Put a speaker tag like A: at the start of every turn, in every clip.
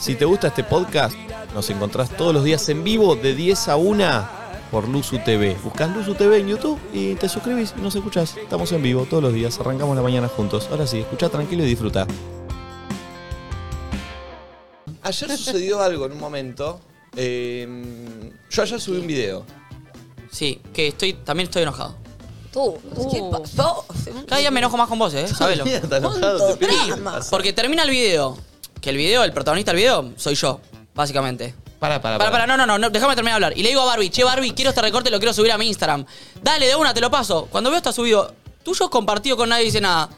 A: Si te gusta este podcast, nos encontrás todos los días en vivo de 10 a 1 por Luzu TV. Buscás Luzu TV en YouTube y te suscribís y nos escuchás. Estamos en vivo todos los días, arrancamos la mañana juntos. Ahora sí, escucha tranquilo y disfruta. Ayer sucedió algo en un momento. Eh, yo ayer subí un video.
B: Sí, que estoy, también estoy enojado.
C: Tú, ¿qué pasó?
B: Cada día me enojo más con vos, ¿eh? Sabelo.
A: Está enojado, te
B: Sí,
A: pido-
B: porque termina el video. Que el video, el protagonista del video, soy yo, básicamente.
A: Ah,
D: Para, para,
B: Para, para, no, no, no, no, déjame terminar de hablar. Y le digo a Barbie, che, Barbie, quiero este recorte, lo quiero subir a mi Instagram. Dale, de una, te lo paso. Cuando veo está subido, tuyo compartido con nadie dice nada.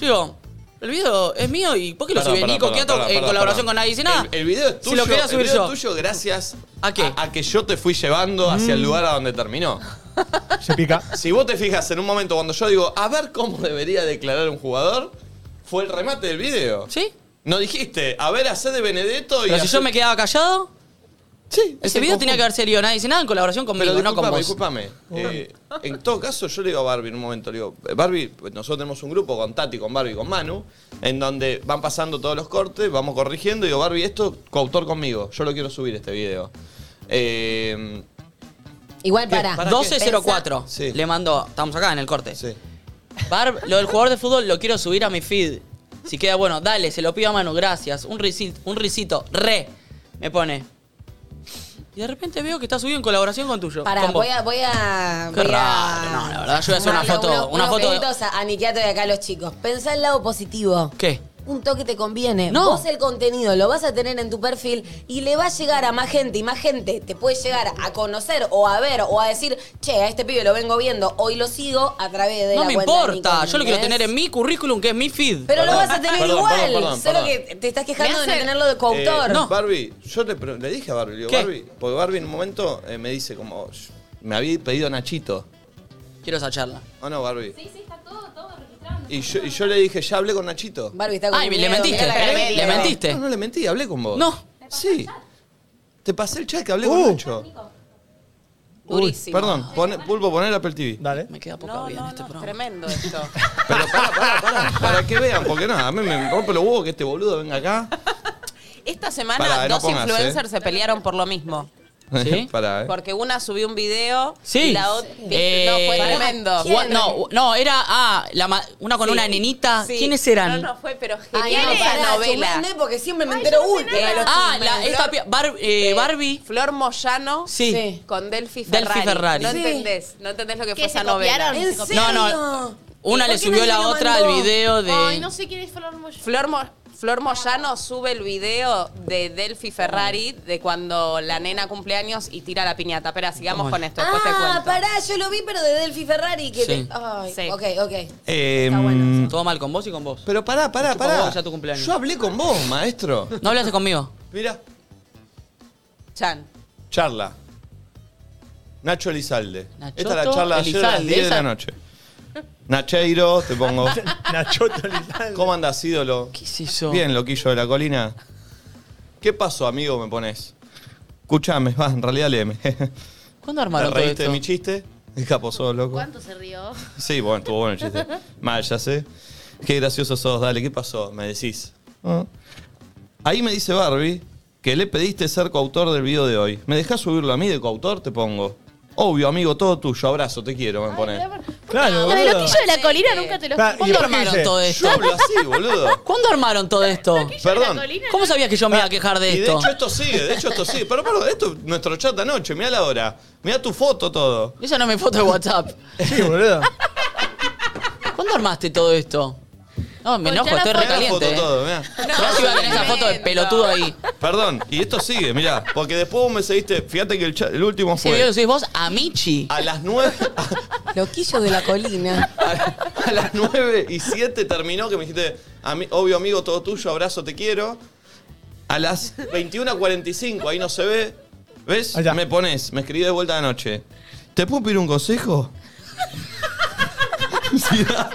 B: Yo digo, el video es mío y ¿por qué lo
A: Pará,
B: sube
A: pará,
B: Nico
A: pará,
B: Quiato
A: pará,
B: en
A: pará, pará.
B: colaboración con nadie dice nada?
A: El, el video es
B: Si
A: tuyo.
B: lo quería subir
A: el video
B: yo.
A: es tuyo gracias
B: ¿A qué? Mm.
A: A, que yo te fui llevando hacia el lugar a donde terminó.
E: Se pica.
A: Si vos te fijas en un momento cuando yo digo, a ver cómo debería declarar un jugador, fue el remate del video.
B: ¿Sí?
A: No dijiste, a ver, hacé de Benedetto y.
B: Pero si
A: hacé-
B: yo me quedaba callado,
A: Sí,
B: ese video tenía que haber sido nadie dice nada en colaboración conmigo,
A: Pero
B: no con
A: discúlpame,
B: vos. Oh.
A: discúlpame. Eh, en todo caso, yo le digo a Barbie en un momento, le digo, eh, Barbie, pues nosotros tenemos un grupo con Tati, con Barbie, con Manu, en donde van pasando todos los cortes, vamos corrigiendo, y digo, Barbie, esto coautor conmigo, yo lo quiero subir este video. Eh,
C: Igual para.
A: ¿Para qué?
B: 1204.
A: Sí.
B: Le mando, estamos acá en el corte.
A: sí.
B: Barb, lo del jugador de fútbol lo quiero subir a mi feed. Si queda bueno, dale, se lo pido a mano, gracias. Un risito, un risito, re, me pone. Y de repente veo que está subido en colaboración con tuyo.
C: Para,
B: con vos.
C: voy a. Voy a
B: Qué
C: voy a-
B: raro, no, la verdad, yo voy a hacer una
C: Bueno,
B: foto-
C: uno-
B: una
C: unos
B: foto de-
C: peditos a, a Nikiato y acá a los chicos. Pensá el lado positivo.
B: ¿Qué?
C: Un toque te conviene.
B: No.
C: Vos el contenido lo vas a tener en tu perfil y le va a llegar a más gente y más gente te puede llegar a conocer o a ver o a decir, che, a este pibe lo vengo viendo, hoy lo sigo a través de
B: No
C: la
B: me
C: cuenta de
B: importa,
C: Nico,
B: yo lo quiero
C: ¿entendés?
B: tener en mi currículum, que es mi feed.
C: Pero lo
A: Perdón,
C: vas a tener
A: perdón,
C: igual,
A: perdón, perdón,
C: solo
A: perdón.
C: que te estás quejando
F: Me
C: de no
F: hace-
C: tenerlo de coautor.
A: Eh,
B: No.
A: Barbie, yo le, pre- le dije a Barbie, le digo,
B: ¿Qué?
A: Barbie, porque Barbie en un momento eh, me dice como, "Shh, me había pedido Nachito.
B: Quiero esa charla.
A: ¿O no, Barbie?
F: Sí, sí, está todo, todo registrado.
A: Y yo, y yo le dije, ya hablé con Nachito.
C: Barbie está con
B: Ay, le
C: miedo,
B: mentiste,
C: mirá
B: ¿eh?
C: la cara de
B: le
C: miedo.
B: mentiste.
A: No, no le mentí, hablé con vos.
B: No.
A: Sí. Te pasé el cheque, hablé
E: Uh.
A: con Nacho.
F: Durísimo.
A: Perdón, pone- Pulpo, poner Apple TV.
E: Dale.
B: Me queda poca
F: No,
B: vida en
F: no,
B: este
F: no,
B: programa.
F: tremendo esto.
A: Pero para, para, para. Para que vean, porque no, a mí me rompe los huevos que este boludo venga acá.
F: Esta semana
A: Pará, no
F: dos
A: pongas,
F: influencers
A: ¿eh?
F: se pelearon por lo mismo.
B: ¿Sí?
A: Para, eh.
F: Porque una subió un video
B: Sí.
F: y la otra...
B: Eh,
F: no, fue
B: ¿quién?
F: tremendo.
C: ¿Quién?
B: Gua- No, no, era ah, la ma- una con
F: Sí.
B: una nenita.
F: Sí.
B: ¿Quiénes eran?
F: No, no, fue, pero genial
C: Ay, no,
F: esa
C: pará,
F: novela.
C: chumame, porque siempre me Eh, entero última. de los
B: Ah,
C: chismes.
B: la, esta pia- Bar- eh,
F: Eh,
B: Barbie.
F: Flor Moyano
B: Sí.
C: Sí.
F: con Delphi
B: Delphi
F: Ferrari.
B: Ferrari.
F: No
B: Sí.
F: entendés, no entendés lo que fue
G: ¿Qué,
F: esa
G: se copiaron?
F: novela.
C: ¿En
G: No,
C: serio?
B: Ah, no, Una
C: ¿Y por
B: le
C: qué
B: subió
C: nadie
B: la
C: lo
B: otra al
C: mandó?
B: video de.
G: Ay, no sé quién es Flor Moyo.
F: Flor, Mo- Flor Moyano sube el video de Delphi Ferrari de cuando la nena cumpleaños y tira la piñata. Espera, sigamos con esto, después te
C: Ah,
F: cuento.
C: pará, yo lo vi, pero de Delphi Ferrari. Que
B: pues, Sí.
C: te- Ay,
F: Sí.
C: ok, ok.
A: Eh,
B: Todo mal con vos y con vos.
A: Pero pará, pará,
B: Chupa
A: pará.
B: vos, ya tu cumpleaños.
A: Yo hablé con vos, maestro.
B: No hablaste conmigo.
A: Mira,
F: Chan.
A: charla. Nacho Elizalde.
B: Nachoto
A: Esta es la charla de ayer a las
B: Elizalde,
A: 10 de la
B: esa-
A: noche. Nacheiro, te pongo.
E: Nachoto Lizalde.
A: ¿Cómo andas, ídolo?
B: ¿Qué es eso?
A: Bien, loquillo de la colina. ¿Qué pasó, amigo? Me pones. Escuchame, va, en realidad léeme. ¿Te
B: ¿Cuándo armaron todo
A: reíste de
B: esto?
A: mi chiste? Es capo sos, loco.
G: ¿Cuánto se rió?
A: Sí, bueno, estuvo bueno el chiste. Mal, ya sé. Qué gracioso sos, dale, ¿qué pasó? Me decís. Ah. Ahí me dice Barbie que le pediste ser coautor del video de hoy. ¿Me dejás subirlo a mí de coautor? Te pongo. Obvio, amigo, todo tuyo. Abrazo, te quiero, me pone.
E: Claro,
G: Con el
E: boludo.
G: loquillo de la colina nunca te lo
E: Pa, y
B: ¿Cuándo
E: después me
B: armaron
E: dice,
B: todo esto?
A: Yo hablo así, boludo.
B: ¿Cuándo armaron todo esto?
A: Perdón.
B: ¿Cómo sabías que yo me iba a quejar de
A: Y de
B: esto?
A: hecho esto sigue, de hecho esto sigue. Pero perdón, esto es nuestro chat de anoche, mirá la hora. Mirá tu foto todo.
B: Esa no es mi foto de WhatsApp.
E: Sí, boludo.
B: ¿Cuándo armaste todo esto? No, me
G: Con ya
B: enojo,
G: la
B: estoy
G: foto.
A: Mirá la
B: recaliente.
A: foto
B: eh.
A: todo, mirá.
B: Yo iba a tener esa
F: tremendo.
B: foto de pelotudo ahí.
A: Perdón, y esto sigue, mirá. Porque después vos me seguiste, fíjate que el, chat- el último
B: Ese video
A: fue
B: que subís vos a Michi.
A: a las 9.
C: Loquillo de la colina.
A: A, a las 9 y 7 terminó que me dijiste, "Ami- obvio amigo, todo tuyo, abrazo, te quiero. A las 21.45, ahí no se ve. ¿Ves?
E: Allá.
A: Me pones, me escribí de vuelta de noche. ¿Te puedo pedir un consejo? Si da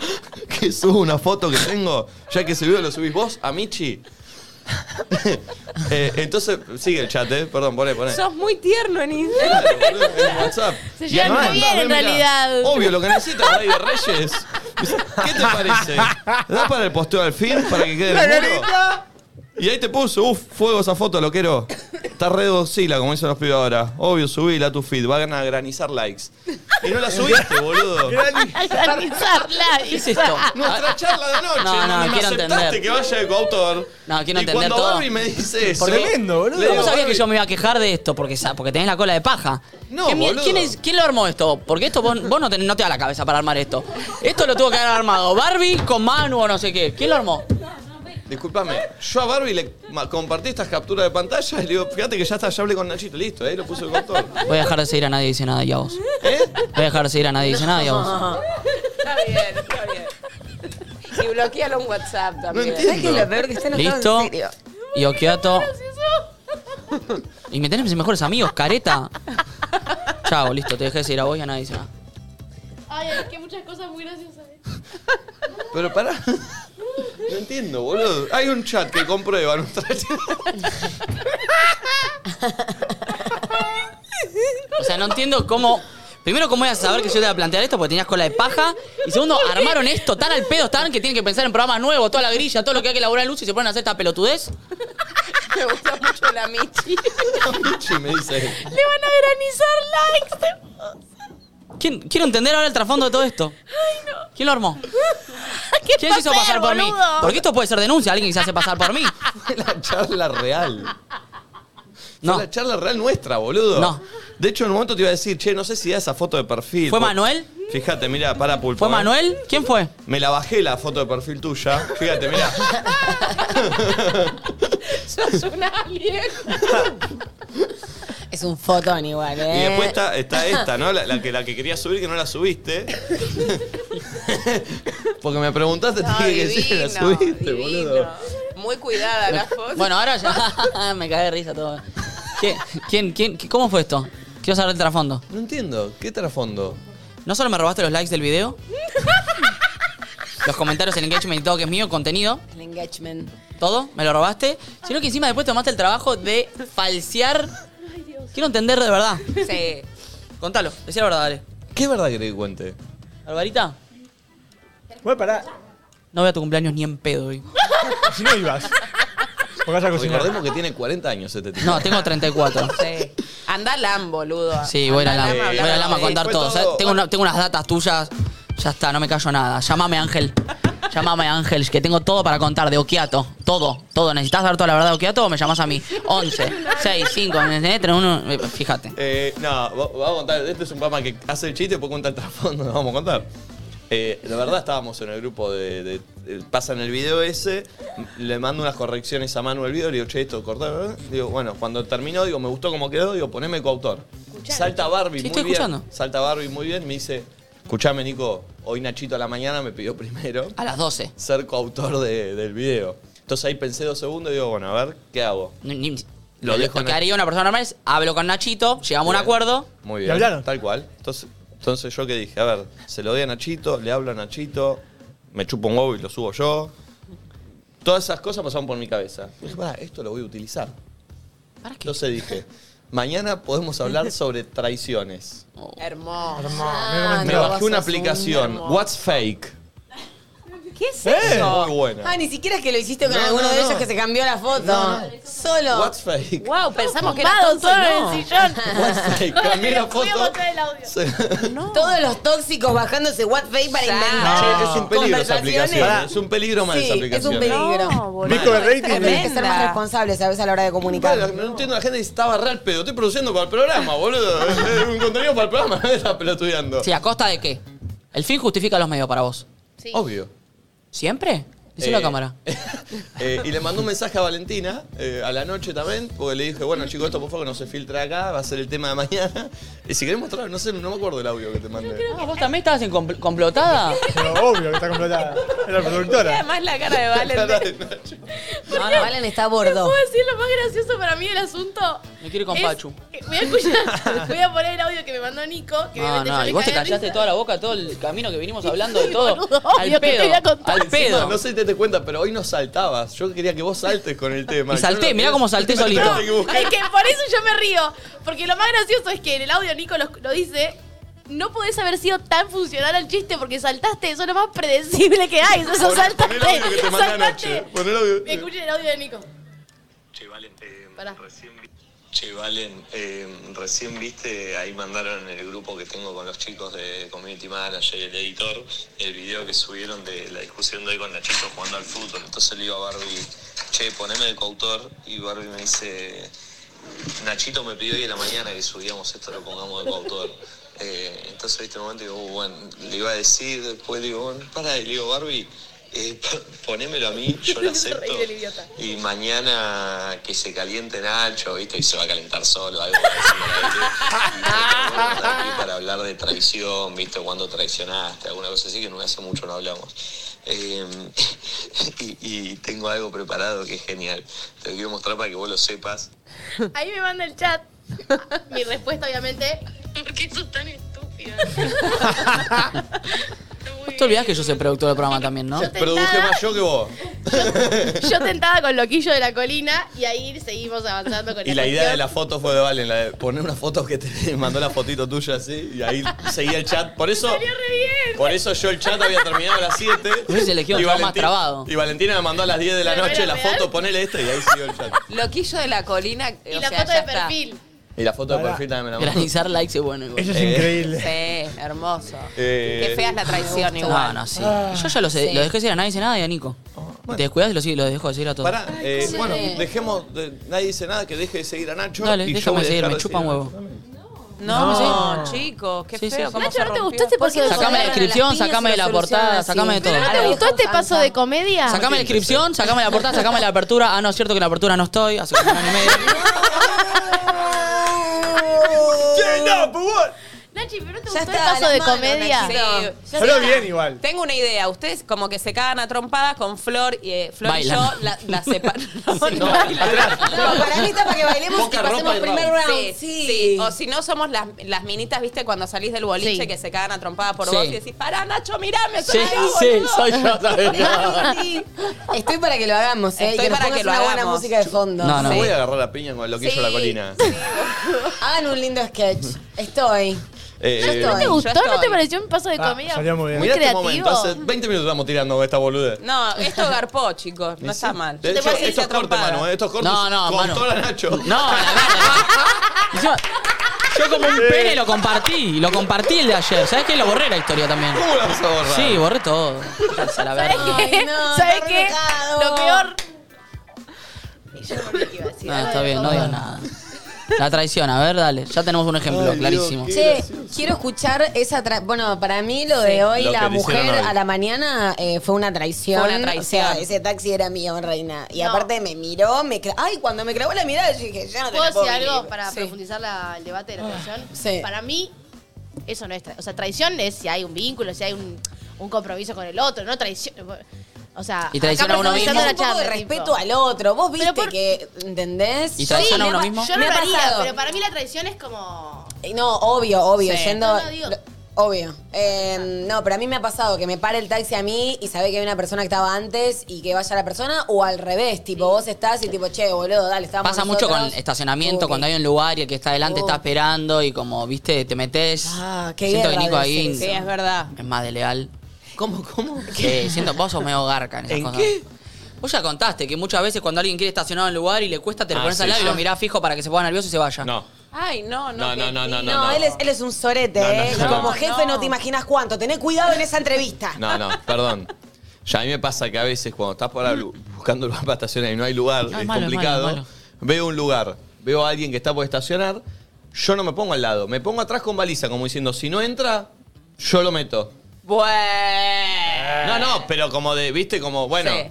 A: que subo una foto que tengo, ya que ese video lo subís vos a Michi. Eh, entonces, sigue el chat, ¿eh? Perdón, poné, poné.
F: Sos muy tierno en Instagram.
A: Claro, boludo, en WhatsApp.
G: Se
A: Y
G: llevan
A: además,
G: muy bien, en
A: mirá,
G: realidad.
A: Obvio, lo que necesitas Rey de Reyes. ¿Qué te parece? ¿Da para el posteo al fin? ¿Para que quede en el muro? Y ahí te puso, uff, fuego esa foto, loquero. Está re docila, como dicen los pibes ahora. Obvio, subila a tu feed, van a granizar likes. Y no la subiste, boludo.
G: Organizarla.
B: ¿Qué es esto?
A: Nuestra charla de noche,
B: No,
A: donde
B: no,
A: me
B: quiero
A: aceptaste
B: entender.
A: que vaya de coautor.
B: No, quiero
A: y
B: entender
A: cuando
B: todo.
A: Barbie me dice eso.
B: ¿Por qué?
E: Tremendo, boludo.
A: Le digo,
B: ¿Cómo sabías que
A: Barbie,
B: yo me iba a quejar de esto? Porque, sa- porque tenés la cola de paja.
A: No,
B: ¿Quién,
A: boludo.
B: quién es- quién lo armó esto? Porque esto vos, vos no, tenés- no te da la cabeza para armar esto. Esto lo tuvo que haber armado Barbie con Manu o no sé qué. ¿Quién lo armó?
A: Disculpame, yo a Barbie le ma- compartí estas capturas de pantalla y le digo, fíjate que ya está, ya hablé con Nachito, listo, ahí lo puso el coautor.
B: Voy a dejar de seguir a nadie dice nada y a vos.
A: ¿Eh?
B: Voy a dejar de seguir a nadie dice nada y a vos.
F: Está bien, está bien. Y bloquealo en WhatsApp
A: No
F: también.
A: entiendo.
C: peor que está
B: Listo. Y Okiato. Y me tenés mis mejores amigos, careta. Chao, listo, te dejé de seguir a vos y a nadie dice nada.
G: Ay, es que muchas cosas muy graciosas. eh.
A: Pero pará. No entiendo, boludo. Hay un chat que comprueba nuestra
B: O sea, no entiendo cómo. Primero, cómo ibas a saber que yo te iba a plantear esto porque tenías cola de paja. Y segundo, armaron esto tan al pedo, tan que tienen que pensar en programas nuevos, toda la grilla, todo lo que hay que elaborar en luz y se ponen a hacer esta pelotudez.
F: Me gusta mucho la Michi.
A: Michi me dice.
G: Le van a veranizar likes.
B: ¿Quién- quiero entender ahora el trasfondo de todo esto. ¿Quién lo armó?
G: ¿Qué
B: ¿Quién se hizo pasar por mí? Porque esto puede ser denuncia, alguien que se hace pasar por mí.
A: Fue la charla real.
B: No.
A: Fue la charla real nuestra, boludo.
B: No.
A: De hecho, en un momento te iba a decir, che, no sé si da esa foto de perfil.
B: ¿Fue
A: Porque-
B: Manuel?
A: Fíjate, mira, para pulpo.
B: ¿Fue
A: eh.
B: Manuel? ¿Quién fue?
A: Me la bajé la foto de perfil tuya. Fíjate, mira.
F: Sos un alien.
C: Es un fotón igual,
A: Y
C: ¿eh?
A: después está, está esta, ¿no? La, la que, la que quería subir que no la subiste. Porque me preguntaste, te
F: No,
A: dije que sí, la
F: divino,
A: subiste,
F: divino.
A: boludo.
F: Muy cuidada la foto.
B: Bueno, ahora ya. Me cagué de risa todo. ¿Quién, quién, quién, ¿Cómo fue esto? Quiero saber el trasfondo.
A: No entiendo, ¿qué trasfondo?
B: No solo me robaste los likes del video, los comentarios, el engagement y todo que es mío, contenido,
C: El engagement.
B: todo, me lo robaste, sino que encima después tomaste el trabajo de falsear. Quiero entender de verdad.
F: Sí.
B: Contalo, decía la verdad, dale.
A: ¿Qué verdad querés que cuente?
B: Alvarita,
E: Bueno, pará.
B: no voy a tu cumpleaños ni en pedo hoy.
E: Si no ibas. Porque vas a cocinar.
A: Recordemos que tiene 40 años este tipo.
B: No, tengo 34.
F: Sí. Anda Lam, boludo.
B: Sí, voy a ir a
F: Anda
B: Lama,
F: Lam,
B: voy a ir
F: hablando
B: a Lama a
F: de-
B: contar
A: Fue
B: todo.
A: todo.
B: ¿sabes? Tengo, una- tengo unas datas tuyas. Ya está, no me callo nada. Llámame Ángel. Llámame Ángel, que tengo todo para contar de Okiato. Todo, todo. ¿Necesitas saber toda la verdad de Okiato o me llamás a mí? 11, 6, 5, 3, 1. Fíjate.
A: Eh, no, va- vamos a contar. Este es un programa que hace el chiste y después cuenta el trasfondo. Lo vamos a contar. Eh, la verdad, estábamos en el grupo de, de- de- Pasan el video ese. Le mando unas correcciones a Manu el video. Le digo, che, esto cortar. ¿verdad? Digo, bueno, cuando terminó, digo, me gustó cómo quedó. Digo, poneme coautor. Salta Barbie
B: Sí,
A: muy
B: estoy
A: bien.
B: escuchando.
A: Salta Barbie muy bien. Me dice, escuchame, Nico. Hoy Nachito a la mañana me pidió primero
B: A las 12.
A: ser coautor de- del video. Entonces ahí pensé dos segundos y digo, bueno, a ver, ¿qué hago?
B: Ni- ni-
A: Lo
B: Lo,
A: dejo en
B: que
A: el-
B: haría una persona normal es hablo con Nachito, llegamos a un
A: Bien.
B: acuerdo.
E: ¿Y
A: Muy bien.
E: hablaron?
A: Tal cual. Entonces, entonces yo que dije, a ver, se lo doy a Nachito, le hablo a Nachito, me chupo un huevo y lo subo yo. Todas esas cosas pasaron por mi cabeza. Dije, pará, esto lo voy a utilizar.
B: ¿Para qué?
A: Entonces dije, mañana podemos hablar sobre traiciones.
F: Hermoso.
C: Ah,
A: Me
C: no,
A: bajé
C: vos
A: una
C: sos un
A: aplicación,
F: hermoso.
A: What's Fake.
C: ¿Qué es
A: Es
C: eso?
A: muy buena.
C: Ah, ni siquiera es que lo hiciste con
A: No,
C: alguno
A: no,
C: de
A: no.
C: ellos que se cambió la foto.
A: No, no.
C: Solo.
A: What's Fake.
F: Wow, pensamos que era
G: Vado
F: tonto.
G: todo
F: y
G: en
F: no.
G: el sillón.
A: What's Fake. Cambié la
G: Voy a
A: foto.
G: mostrar el audio.
A: Se-
C: Todos los tóxicos bajándose WhatsApp para
F: Ya.
C: inventar.
A: Che, es un peligro esa
C: Conversaciones.
A: aplicación. Es un peligro mal
C: Sí,
A: esa
C: es
A: aplicación.
C: un peligro.
E: Pico de rating.
C: Tenés que ser más
F: Tremenda.
C: responsable, ¿sabes? A la hora de comunicar.
A: Claro, no entiendo, la gente estaba re al pedo. Estoy produciendo para el programa, boludo. Es un contenido para el programa, no estás pelotudeando.
B: Sí, ¿a costa de qué? El fin justifica los medios para vos.
G: Sí.
A: Obvio.
B: ¿Siempre? Dice la
A: Eh,
B: cámara.
A: eh, y le mandó un mensaje a Valentina eh, a la noche también, porque le dije, bueno, chicos, esto por favor no se filtra acá, va a ser el tema de mañana. Y si querés mostrarlo, no sé, no me acuerdo el audio que te mandé.
B: Ah, ¿Vos también estabas en compl- complotada?
E: Pero obvio que está completada. Es la productora.
F: Además la cara de
A: Cara
F: Valen.
A: de Nacho.
C: Ahora Valen está a bordo.
G: ¿Puedo decir lo más gracioso para mí del asunto?
B: Me quiero ir con
G: Es-
B: Pachu.
G: eh, Voy a escuchar, voy a poner el audio que me mandó Nico. Que
B: No,
G: obviamente yo
B: Ah, no,
G: le
B: y vos te
G: cagué de risa.
B: callaste toda la boca, todo el camino que vinimos hablando de
G: Sí,
B: todo.
G: boludo,
B: al
G: obvio que te voy a
B: pedo,
G: contar.
B: al pedo.
A: No sé si te das cuenta, pero hoy no saltabas. Yo quería que vos saltes con el tema.
B: Y salté, mirá cómo salté solito.
G: Es que por eso yo me río. Porque lo más gracioso es que en el audio Nico lo, lo dice. No podés haber sido tan funcional al chiste porque saltaste. Eso es lo más predecible que hay. Eso
A: Pon-
G: saltaste.
A: pon el audio que te mandé
G: saltaste.
A: anoche, pon el audio.
G: Escuchen el audio de Nico.
D: Che, Valen, eh,
G: Pará.
D: recién, vi- Che, Valen, eh, recién viste, ahí mandaron en el grupo que tengo con los chicos de Community Manager y el editor, el video que subieron de la discusión de hoy con la chica jugando al fútbol. Entonces le digo a Barbie, che, poneme de coautor. Y Barbie me dice, Nachito me pidió hoy en la mañana que subíamos esto, lo pongamos de coautor. Eh, entonces, en este momento, digo, "Uh, bueno, le iba a decir, después digo, bueno, para, y le digo, Barbie, eh, ponémelo a mí, yo lo acepto.
G: Reí del idiota.
D: Y mañana que se caliente Nacho, ¿viste? Y se va a calentar solo, algo así. ¿viste? Y yo, bueno, está aquí para hablar de traición, ¿viste? Cuando traicionaste, alguna cosa así que no hace mucho no hablamos. Eh, y, y tengo algo preparado que es genial. Te lo quiero mostrar para que vos lo sepas.
G: Ahí me manda el chat. Mi respuesta, obviamente.
H: ¿Por qué sos tan estúpida?
B: Te olvidás que yo soy productor del programa también, ¿no?
G: Yo te-
A: Produje más yo que vos.
G: Yo tentada con loquillo de la colina y ahí seguimos avanzando con
A: Y la idea de la foto fue de Valen, la de poner una foto que te mandó la fotito tuya así y ahí seguía el chat. Por eso,
G: Salió re bien.
A: por eso yo el chat había terminado a las 7.
B: Hubiese elegido
A: Y
B: el chat más
A: Valentín-
B: trabado.
A: Y Valentina me mandó a las 10 de la
G: Pero
A: noche
G: era
A: la
G: real.
A: foto, ponele esto y ahí siguió el chat.
F: Loquillo de la colina.
G: Y
F: o
G: la
F: sea,
G: foto
F: ya
G: de perfil.
A: Y la foto de
E: Pará.
A: perfil también me la mandó.
B: Granizar likes es bueno igual.
E: Eso es
A: Eh.
E: increíble.
F: está. Sí, hermoso.
A: Eh.
F: Qué fea es la traición
B: No,
F: igual.
B: no, sí.
A: Ah.
B: Yo ya lo, sé, lo dejé decir a nadie dice nada y a Nico. Y Te descuidas y lo, sigue- lo dejo decir a todos.
A: Oh, Pará, eh,
C: sí.
A: bueno, dejemos. de- nadie dice nada que deje de seguir a Nacho.
B: Dale,
A: y yo
B: déjame
A: voy a
B: seguir,
A: dejar
B: me
A: de
B: chupa
A: seguir a
B: un
A: Nacho también.
F: No, chicos, qué
B: Sí, sí,
F: feo.
B: sí.
F: cómo
C: Nacho,
F: se
C: ¿no te
F: rompió.
C: gustó este
B: Sacame la
C: podcast?
B: descripción, sacame de la portada, sacame de todo.
G: ¿Pero no te
B: Ahora
G: gustó este paso de comedia?
B: Sacame la inscripción, sacame la portada, sacame la apertura. Ah, no, es cierto que en la apertura no estoy, hace como un año y medio.
A: pues,
G: Nachi, ¿pero no te gustó
C: Ya
G: el
C: está,
G: paso
C: las
G: de
C: manos,
G: comedia?
C: Nachito.
F: Sí.
C: Ya
E: Salió
C: está.
E: bien igual.
F: Tengo una idea. Ustedes como que se cagan a trompadas con Flor y eh, Flor y
B: Bailan.
F: yo la, la separamos.
B: No,
C: No, para mí está para que bailemos
A: Poca
C: y
A: ropa
C: pasemos
A: y
C: el primer round.
F: Sí, sí. O si no, somos las, las minitas, ¿viste? Cuando salís del boliche
G: Sí.
F: que se cagan a trompadas por
B: Sí.
F: vos y decís, pará, Nacho, mirame, soy
B: Sí,
F: yo,
B: sí,
F: boludo".
B: soy yo también.
C: Sí. Estoy para que lo hagamos, ¿eh?
F: Estoy
C: que nos
F: para
C: pongas
F: que lo
C: una buena
F: hagamos.
C: música de fondo.
B: No, no.
A: Me
B: Sí.
A: voy a agarrar la piña con el loquillo
F: Sí.
A: de la colina.
C: Hagan un lindo sketch. Estoy.
A: Eh,
C: Yo
G: ¿No
C: estoy.
G: te
F: Yo
G: gustó? ¿No te
F: estoy.
G: pareció un paso de
E: Ah,
G: comedia
E: salió muy bien.
G: muy
A: Mirá este
G: creativo?
A: momento, hace 20 minutos estamos tirando esta boludez.
F: No, esto garpó, chicos. No está mal.
A: De
F: Te
A: hecho,
F: puedes ir
A: estos
F: a
A: cortes,
F: trompadas.
A: Manu, eh, estos cortes
B: No, no,
A: con
B: Manu.
A: toda la Nacho.
B: No, la verga. Encima, Yo como un pene lo compartí, lo compartí el de ayer. ¿Sabes qué? Lo borré la historia también.
A: ¿Cómo la vas a borrar?
B: Sí, borré todo. Váyanse a la verga.
C: Ay, no,
G: ¿Sabes
C: está re
G: qué?
C: enojado.
G: Lo peor.
B: No, está bien, no digas nada. La traición, a ver, dale. Ya tenemos un ejemplo,
A: Ay,
B: clarísimo.
A: Dios,
C: Che, quiero escuchar esa... tra- bueno, para mí lo de hoy,
A: Lo
C: la
A: que le hicieron
C: mujer
A: hoy.
C: a la mañana eh, fue una traición.
F: Fue una traición.
C: O sea, ese taxi era mío, reina. Y
G: No.
C: aparte me miró, me... cla- Ay, cuando me clavó la mirada yo dije, ya no te
G: ¿Puedo
C: la puedo
G: decir algo
C: creer.
G: para
C: Sí.
G: profundizar la- el debate
B: Ah,
G: de la traición?
C: sí.
G: Para mí, eso no es traición. O sea, traición es si hay un vínculo, si hay un, un compromiso con el otro, no traición. O sea,
B: Y traición
G: acá
B: a uno
G: profundizando
B: mismo.
G: la
C: un poco de
G: charla,
C: respeto
G: tipo.
C: al otro. Vos viste
G: por-
C: que, ¿entendés?
B: ¿Y traición a uno
C: me ha-
B: mismo?
G: Yo no
C: me
G: lo
C: ha
G: haría,
C: pasado.
G: pero para mí la traición es como.
C: Eh, No, obvio, obvio,
F: Sí.
C: yendo...
G: No, no, digo-
C: lo- Obvio. Eh, no, pero a mí me ha pasado que me pare el taxi a mí y sabe que hay una persona que estaba antes y que vaya la persona, o al revés, tipo, vos estás y tipo, che, boludo, dale, estábamos
B: Pasa mucho con
C: nosotros.
B: el estacionamiento,
C: Ok.
B: cuando hay un lugar y el que está adelante está
C: Oh.
B: esperando y como, viste, te metes.
C: Ah, qué
B: Siento que
C: guerra
B: Nico
C: de
B: ahí
C: sexo.
F: Sí, es verdad.
B: es más de leal.
A: ¿Cómo, cómo?
B: Sí, siento, vos sos medio garca en esas cosas. Vos ya contaste que muchas veces cuando alguien quiere estacionar en un lugar y le cuesta, te lo
A: Ah,
B: pones al
A: sí,
B: lado y
A: sí.
B: lo mirás fijo para que se ponga nervioso y se vaya.
A: No.
F: Ay, no, no.
A: No, no,
F: qué-
A: no, no,
C: No,
A: no.
C: Él, es, él es un sorete,
A: No, no,
C: ¿eh?
A: no.
C: Como
A: No,
C: jefe no.
F: no.
C: te imaginas cuánto. Tené cuidado en esa entrevista.
A: No, no, perdón. Ya a mí me pasa que a veces cuando estás por ahí lu- buscando un lugar para estacionar y no hay lugar,
B: es
A: es,
B: malo, es
A: complicado.
B: malo, es malo.
A: Veo un lugar, veo a alguien que está por estacionar, yo no me pongo al lado, me pongo atrás con baliza, como diciendo, si no entra, yo lo meto.
F: Bueno.
A: No, no, pero como de, viste, como, bueno,
F: Sí.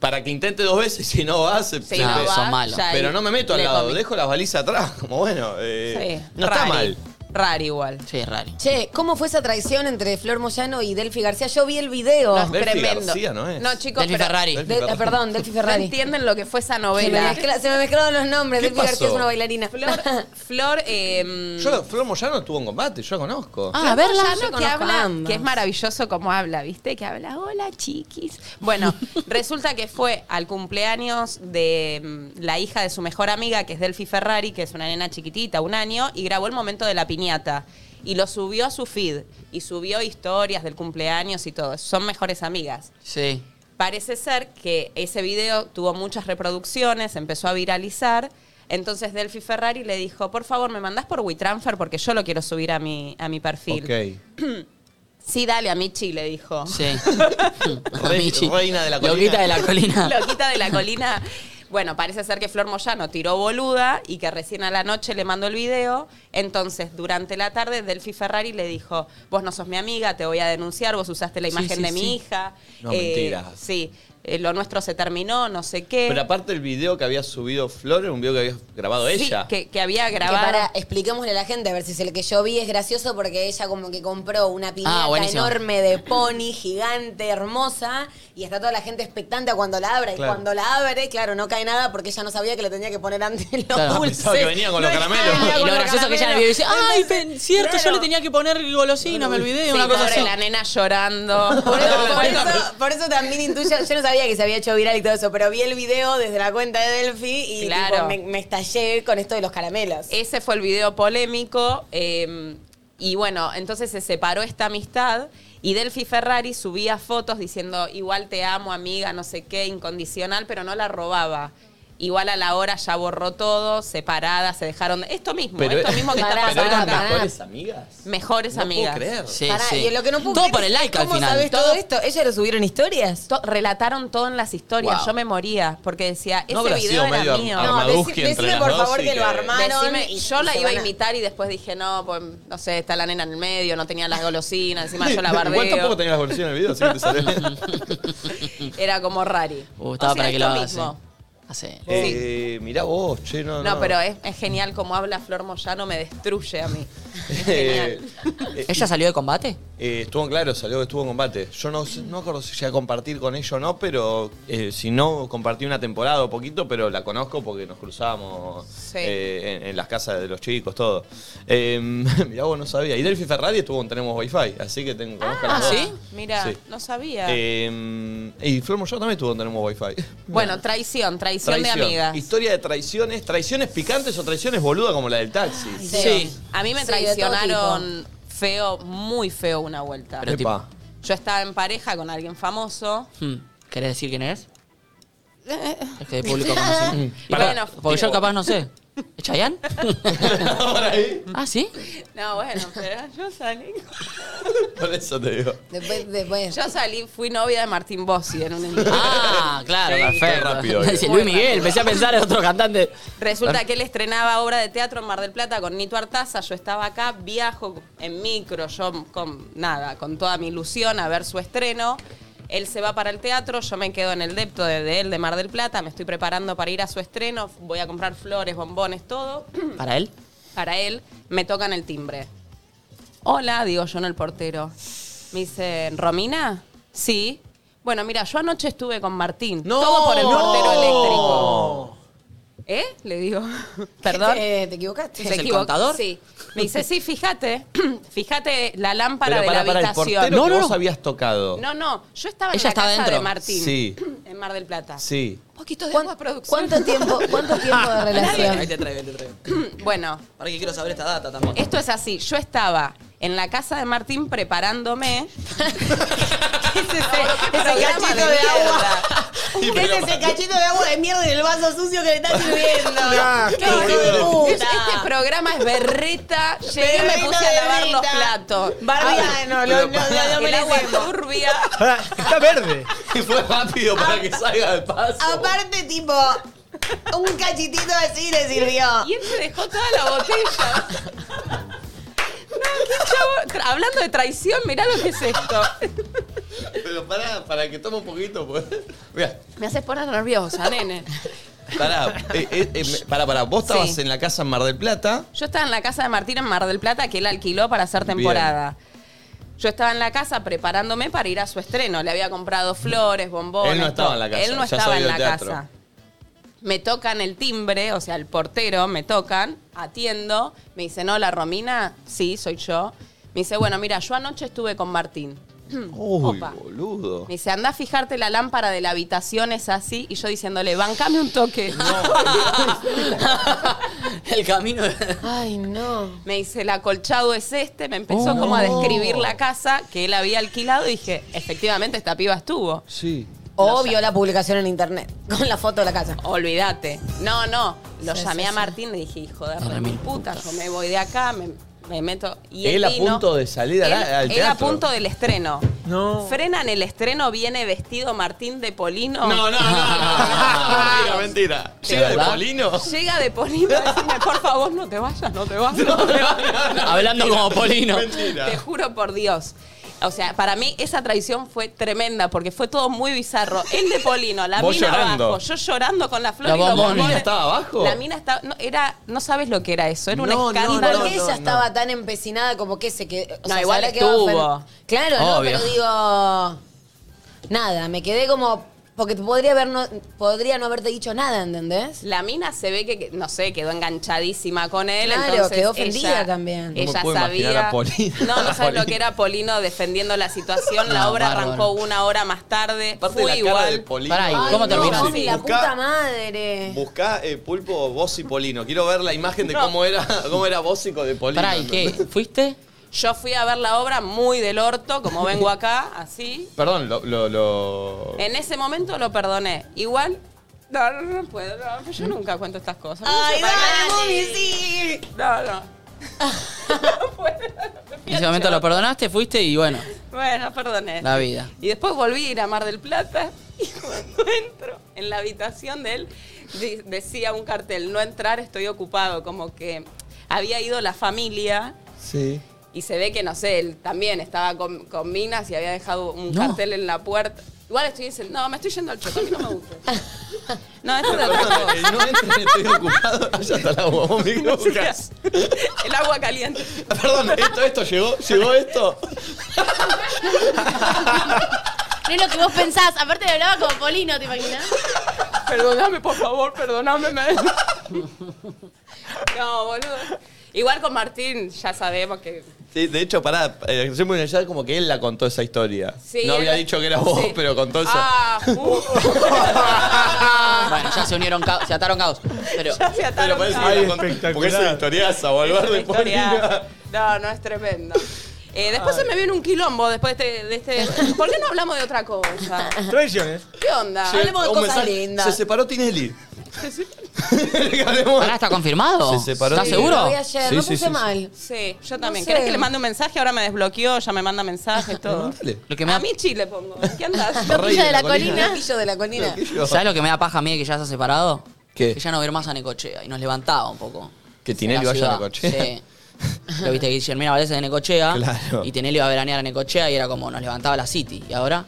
A: para que intente dos veces, si no va, se,
F: Sí,
A: se-
B: no
A: pe-
B: va, sos malo.
F: ya ahí
A: Pero no me meto al
F: le
A: lado,
F: comí.
A: dejo las balizas atrás, como bueno, eh,
F: Sí,
A: no está
F: rari,
A: mal.
F: Rari igual.
B: Sí, es raro.
C: Che, ¿cómo fue esa traición entre Flor Moyano y Delphi García? Yo vi el video.
F: No, es
A: Delphi
F: tremendo.
A: García, ¿no es?
F: chicos,
B: Delphi
F: pero
B: Ferrari.
A: Delphi
C: De- eh, perdón, Delphi
F: no
C: Ferrari.
F: entienden lo que fue esa
C: Se me,
F: novela.
C: mezcla- se me mezclaron los nombres.
A: ¿Qué
C: Delphi García es
A: pasó?
C: una bailarina.
F: Flor, Flor, eh,
A: Yo, Flor Moyano estuvo en combate, yo la conozco.
B: Ah, a verla.
F: Moyano,
C: yo
F: que
C: conozco
F: habla,
C: ambas.
F: que es maravilloso como habla, ¿viste? Que habla, hola chiquis. Bueno, resulta que fue al cumpleaños de mm, la hija de su mejor amiga, que es Delphi Ferrari, que es una nena chiquitita, un año, y grabó el momento de la piñata. Y lo subió a su feed. Y subió historias del cumpleaños y todo. Son mejores amigas.
B: Sí.
F: Parece ser que ese video tuvo muchas reproducciones, empezó a viralizar. Entonces Delphi Ferrari le dijo, por favor, me mandás por WeTransfer porque yo lo quiero subir a mi, a mi perfil.
A: Ok.
F: Sí, dale a Michi, le dijo.
B: Sí.
A: Re-
B: Michi.
A: reina de la colina.
B: Loquita de la colina.
F: Loquita de la colina. Bueno, parece ser que Flor Moyano tiró boluda y que recién a la noche le mandó el video. Entonces, durante la tarde, Delphi Ferrari le dijo, vos no sos mi amiga, te voy a denunciar, vos usaste la
B: Sí,
F: imagen
B: sí,
F: de
B: sí.
F: mi hija.
A: No, mentiras.
F: Sí, eh, lo nuestro se terminó, no sé qué.
A: Pero aparte el video que había subido Flor era un video que había grabado
F: Sí,
A: ella.
F: Que, que había
C: Que
F: grabado.
C: para, expliquémosle a la gente, a ver si es el que yo vi es gracioso porque ella como que compró
A: Ah,
C: una piñata
B: buenísimo.
C: enorme de pony, gigante, hermosa, y está toda la gente expectante a cuando la abra.
A: Claro.
C: Y cuando la abre, claro, no cae nada porque ella no sabía que le tenía que poner antes los
B: Claro.
C: dulces.
A: Pensaba que venía con los
C: No,
A: caramelos.
C: estaba
B: Y
C: con
B: lo
C: los
B: gracioso que ella en
C: caramelos.
B: el video dice, ay,
C: Entonces,
B: pen- cierto, yo
C: claro.
B: le tenía que poner golosina, me olvidé,
F: Sí,
B: una cosa
F: pobre,
B: así.
F: la nena llorando.
C: Por eso, por eso- por eso también intuyo, yo no sabía que se había hecho viral y todo eso, pero vi el video desde la cuenta de Delphi y tipo,
F: Claro.
C: me, me estallé con esto de los caramelos.
A: Eh,
F: Ese fue el video polémico. eh, y bueno, entonces se separó esta amistad. Y Delphi Ferrari subía fotos diciendo, igual te amo, amiga, no sé qué, incondicional, pero no la robaba. Igual a la hora ya borró todo, separadas, se dejaron. Esto mismo,
A: Pero-
F: esto mismo que
C: Pará,
F: está
A: Pero
F: pasando
A: eran
C: pará,
F: acá.
C: pará.
A: mejores amigas.
F: Mejores
A: No
F: amigas.
A: Puedo creer.
B: Sí,
C: Pará,
B: sí.
C: y lo que no puedo
B: Todo
C: creer
B: por
C: es
B: el like al
C: ¿Cómo sabes
B: final.
C: todo esto? ¿Ella lo subieron historias?
F: To- relataron todo en las historias.
A: Wow.
F: Yo me moría porque decía, ese
A: No habrá
F: video
A: sido
F: era
A: medio
F: mío.
A: ar-
C: No,
A: Armaduski
C: deci-
A: entre
C: decime,
A: las
C: por
A: dos
C: favor,
A: y
C: que lo
A: que-
C: armaron.
F: Decime,
C: Ah, y-
F: y yo la
C: y se
F: iba a
C: van
F: imitar y después dije, no, pues, no sé, está la nena en el medio, no tenía las golosinas, encima yo la
A: Igual tampoco
F: bardeo.
A: tenías las bolsillas en el video, así que te salió bien.
F: Era como rari.
B: Uh, estaba
F: O sea,
B: para que lo
F: esto
B: hagas.
F: mismo.
B: eh. Hace-
A: Eh, mirá vos, che, no.
F: No, pero es, es genial como habla Flor Moyano, me destruye a mí. Es
A: Eh,
F: genial.
A: eh,
B: ¿Ella salió de combate?
A: eh, estuvo en claro, salió que estuvo en combate. Yo no, sé- no acuerdo si llegué a compartir con ella o no, pero eh, si no, compartí una temporada o poquito, pero la conozco porque nos cruzábamos
F: Sí.
A: eh, en, en las casas de los chicos, todo. Eh, mirá vos, no sabía. Y Delphi Ferrari estuvo en Tenemos Wi-Fi, así que tengo conozco a las
B: Ah,
A: dos.
B: ¿sí?
F: Mira,
A: Sí.
F: no sabía.
A: Eh, y Flor Moyano también estuvo en Tenemos Wi-Fi.
F: bueno, traición, traición, de amigas.
A: Historia de traiciones. ¿Traiciones picantes o traiciones boludas como la del taxi?
B: Sí.
F: A mí me
C: Sí, de todo
F: traicionaron feo, muy feo una vuelta.
B: Pero tipo-
A: Epa.
F: Yo estaba en pareja con alguien famoso.
B: Hmm, ¿Querés decir quién es? Es que de público conocí.
F: Y bueno,
B: Porque yo
F: tipo-
B: capaz no sé. ¿Es Chayanne?
A: Por ahí.
B: ¿Ah, sí?
F: No, bueno, pero yo salí.
A: Por eso te digo.
C: Después, después.
F: Yo salí, fui novia de Martín Bossi en un encuentro.
B: Ah, claro,
A: Sí.
B: perfecto.
A: Qué rápido,
B: Dice, Luis Miguel, empecé a pensar en otro cantante. Ah.
F: Resulta que él estrenaba obra de teatro en Mar del Plata con Nito Artaza. Yo estaba acá, viajo en micro, yo con nada, con toda mi ilusión a ver su estreno. Él se va para el teatro, yo me quedo en el depto de, de él de Mar del Plata, me estoy preparando para ir a su estreno, voy a comprar flores, bombones, todo.
B: ¿Para él?
F: Para él, me tocan el timbre. Hola, digo yo en el portero. Me dicen, ¿Romina? Sí. Bueno, mira, yo anoche estuve con Martín. todo por el portero eléctrico. ¿Eh? Le digo. Perdón.
C: Eh, ¿Te equivocaste?
F: Se
B: el
F: equivocó.
B: contador?
F: Sí. Me dice, sí, fíjate, fíjate la lámpara
A: Pero
F: de
A: para,
F: la
A: para el
F: habitación.
A: portero
B: No,
A: que
B: no,
A: vos
B: no.
A: habías tocado.
F: no, no, yo estaba en
B: Ella
F: la
B: estaba
F: casa
B: dentro.
F: de Martín,
A: Sí.
F: en Mar del Plata.
A: Sí.
F: Un poquito de agua
C: ¿Cuán-
F: producción.
C: ¿Cuánto tiempo, ¿Cuánto tiempo de
B: Ahí
C: relación?
B: te traigo, ahí te traigo.
F: Bueno,
B: Para que quiero saber esta data también.
F: esto es así. Yo estaba en la casa de Martín preparándome. ¿Qué es ese, ese
C: cachito de
F: mierda?
C: ¿Qué es ese cachito de agua de mierda en el vaso sucio que le está sirviendo? ¡Qué hijo de
F: Es-
C: puta!
F: Este programa es berreta.
C: Este
F: Llegué y me puse a lavar los platos.
C: Barbia, ah, no, no, no, no, no
F: El agua
C: merecemos.
F: turbia.
E: Pará, está verde.
A: Y fue rápido para que salga de paso.
C: Aparte, tipo, un cachitito así le sirvió.
F: Y él se dejó toda la botella. No, qué chavo. Tra- Hablando de traición, mirá lo que es esto.
A: Pero pará, para que tome un poquito, pues. Mirá,
F: Me haces poner nerviosa, nene.
A: pará. Eh, eh, eh, me- pará, pará. Vos estabas
F: Sí.
A: en la casa en Mar del Plata.
F: Yo estaba en la casa de Martín en Mar del Plata que él alquiló para hacer temporada. Yo estaba en la casa preparándome para ir a su estreno. Le había comprado flores, bombones.
A: Él no estaba
F: todo.
A: en la casa,
F: Él no
A: ya
F: estaba
A: salió
F: en la
A: del teatro.
F: casa. Me tocan el timbre, o sea, el portero, me tocan, atiendo. Me dicen, hola, Romina. Sí, soy yo. Me dice, bueno, mira, yo anoche estuve con Martín.
A: Uy,
F: Opa.
A: boludo.
F: Me dice, anda a fijarte la lámpara de la habitación, es así. Y yo diciéndole, bancame un toque.
B: El camino de...
C: Ay, no.
F: Me dice, el acolchado es este. Me empezó
B: Oh.
F: como a describir la casa que él había alquilado. Y dije, efectivamente, esta piba estuvo.
A: Sí.
C: O vio la publicación en internet con la foto de la casa.
F: Olvídate. No, no. Lo
B: Sí,
F: llamé
B: sí,
F: a
B: sí.
F: Martín y le dije, hijo de re
B: mil
F: mil puta, yo me voy de acá, me, me meto. Y
A: Él a
F: vino.
A: punto de salir al-
F: Él-
A: al
F: él a
A: teatro.
F: punto del estreno.
E: No.
F: Frenan el estreno, viene vestido Martín de Polino.
A: No, no, no, no, no, mentira, mentira. ¿Llega de
B: verdad?
A: Polino?
F: Llega de Polino a decirme, por favor, no te vayas, no te vayas. No te vayas.
B: Hablando como Polino.
A: Mentira.
F: Te juro por Dios. O sea, para mí esa traición fue tremenda porque fue todo muy bizarro. El de Polino, la
A: Vos
F: mina
A: llorando.
F: abajo, yo llorando con la flor
B: La
F: y los
B: bombona.
F: bombones.
A: ¿La mina estaba abajo?
F: La mina estaba. No, era, no sabes lo que era eso. Era un
A: No, no,
C: ¿Y
F: escándalo.
C: por qué
A: no,
C: ella
A: no.
C: estaba tan empecinada como que se quedó?
F: No, igual estuvo.
C: Claro, no,
B: Obvio.
C: pero digo. Nada, me quedé como. Porque podría, haber no, podría no haberte dicho nada, ¿entendés?
F: La mina se ve que, que- no sé, quedó enganchadísima con él.
C: Claro,
F: entonces
C: quedó ofendida
F: ella-
C: también.
A: No me
F: Ella
A: puedo imaginar
F: sabía.
A: a Polino.
F: No, no
A: A
F: sabes lo que
A: Polino. Ah,
F: era Polino defendiendo la situación. la
B: No,
F: obra
B: bárbaro.
F: arrancó una hora más tarde.
A: Aparte
F: Fui
A: la cara de
F: igual.
A: Polino.
B: Pará, ¿y
C: Ay,
B: cómo
C: no,
B: terminó?
C: sí, la
A: Buscá-
C: puta madre.
A: Buscá eh, pulpo Bossi Polino. Quiero ver la imagen de cómo era, cómo era Bósico de Polino.
B: Pará, ¿y qué? ¿Fuiste?
F: Yo fui a ver la obra muy del orto, como vengo acá, así.
A: Perdón, lo. lo, lo-
F: En ese momento lo perdoné. Igual. No, no, no puedo. no, pues yo nunca cuento estas cosas. No sé para qué. No, no. No puedo, me fui
B: En ese
F: al
B: momento
F: chabón.
B: lo perdonaste, fuiste y bueno,
F: Bueno, perdoné.
B: la vida.
F: Y después volví a ir a Mar del Plata y cuando entro en la habitación de él de- decía un cartel, no entrar, estoy ocupado, como que había ido la familia
A: Sí.
F: y se ve que, no sé, él también estaba con, con minas y había dejado un
B: No.
F: cartel en la puerta. Igual estoy diciendo, no, me estoy yendo al choque, a mí no me gusta. No, esto es otra
A: Perdón,
F: cosa.
A: eh, no entren, estoy ocupado. Allá está la bomba, mi Lucas.
F: El agua caliente.
A: Perdón, esto, esto llegó, llegó esto.
G: No es lo que vos pensás. Aparte me hablaba como Polino, ¿te imaginas?
F: Perdóname, por favor, perdóname. me- No, boludo. Igual con Martín ya sabemos que...
A: Sí, de hecho, pará, eh, yo me voy a hallar como que él la contó esa historia.
F: Sí,
A: no había
F: él-
A: dicho que era vos,
F: sí.
A: pero contó eso.
F: Ah, uh.
B: Bueno, ya se unieron, ca- se ataron caos. Pero
F: Ya se
A: pero
F: ataron
A: parece que
F: cabos.
A: la
E: Ay,
A: contó.
E: espectacular.
A: Porque es una historiaza, volver de Polino.
F: Historia. No, no es tremendo. Eh, después se me viene un quilombo después de este, de este- ¿Por qué no hablamos de otra cosa?
E: Tradiciones.
F: ¿Qué onda?
A: Llega
C: Hablemos de
A: un
C: cosas
A: mensaje,
C: lindas.
A: Se separó Tinelli. Hablemos-
B: pará, ¿está confirmado?
A: Se separó.
B: ¿Estás
A: Sí,
C: Lo
B: seguro?
C: vi ayer,
A: Sí,
C: no
A: sí,
C: puse
A: sí, sí.
C: mal.
F: Sí, yo también.
C: No sé.
F: ¿Querés que le mande un mensaje? Ahora me desbloqueó, ya me manda mensajes, todo.
A: Dale.
B: Lo que me
F: A
B: da,
F: mí chile pongo. ¿Qué andas?
A: Rey
G: Loquillo de la colina.
C: Loquillo de la colina.
A: Loquillo.
B: ¿Sabes lo que me da paja a mí que ya se ha separado?
A: ¿Qué?
B: Que ya no ver más a Necochea y nos levantaba un poco.
A: Que
B: En
A: Tinelli
B: la
A: vaya
B: ciudad.
A: a Necochea.
B: Sí. Lo viste que Guillermina Valdés de Necochea
A: Claro.
B: y Tinelli iba a veranear a Necochea y era como nos levantaba la City. Y ahora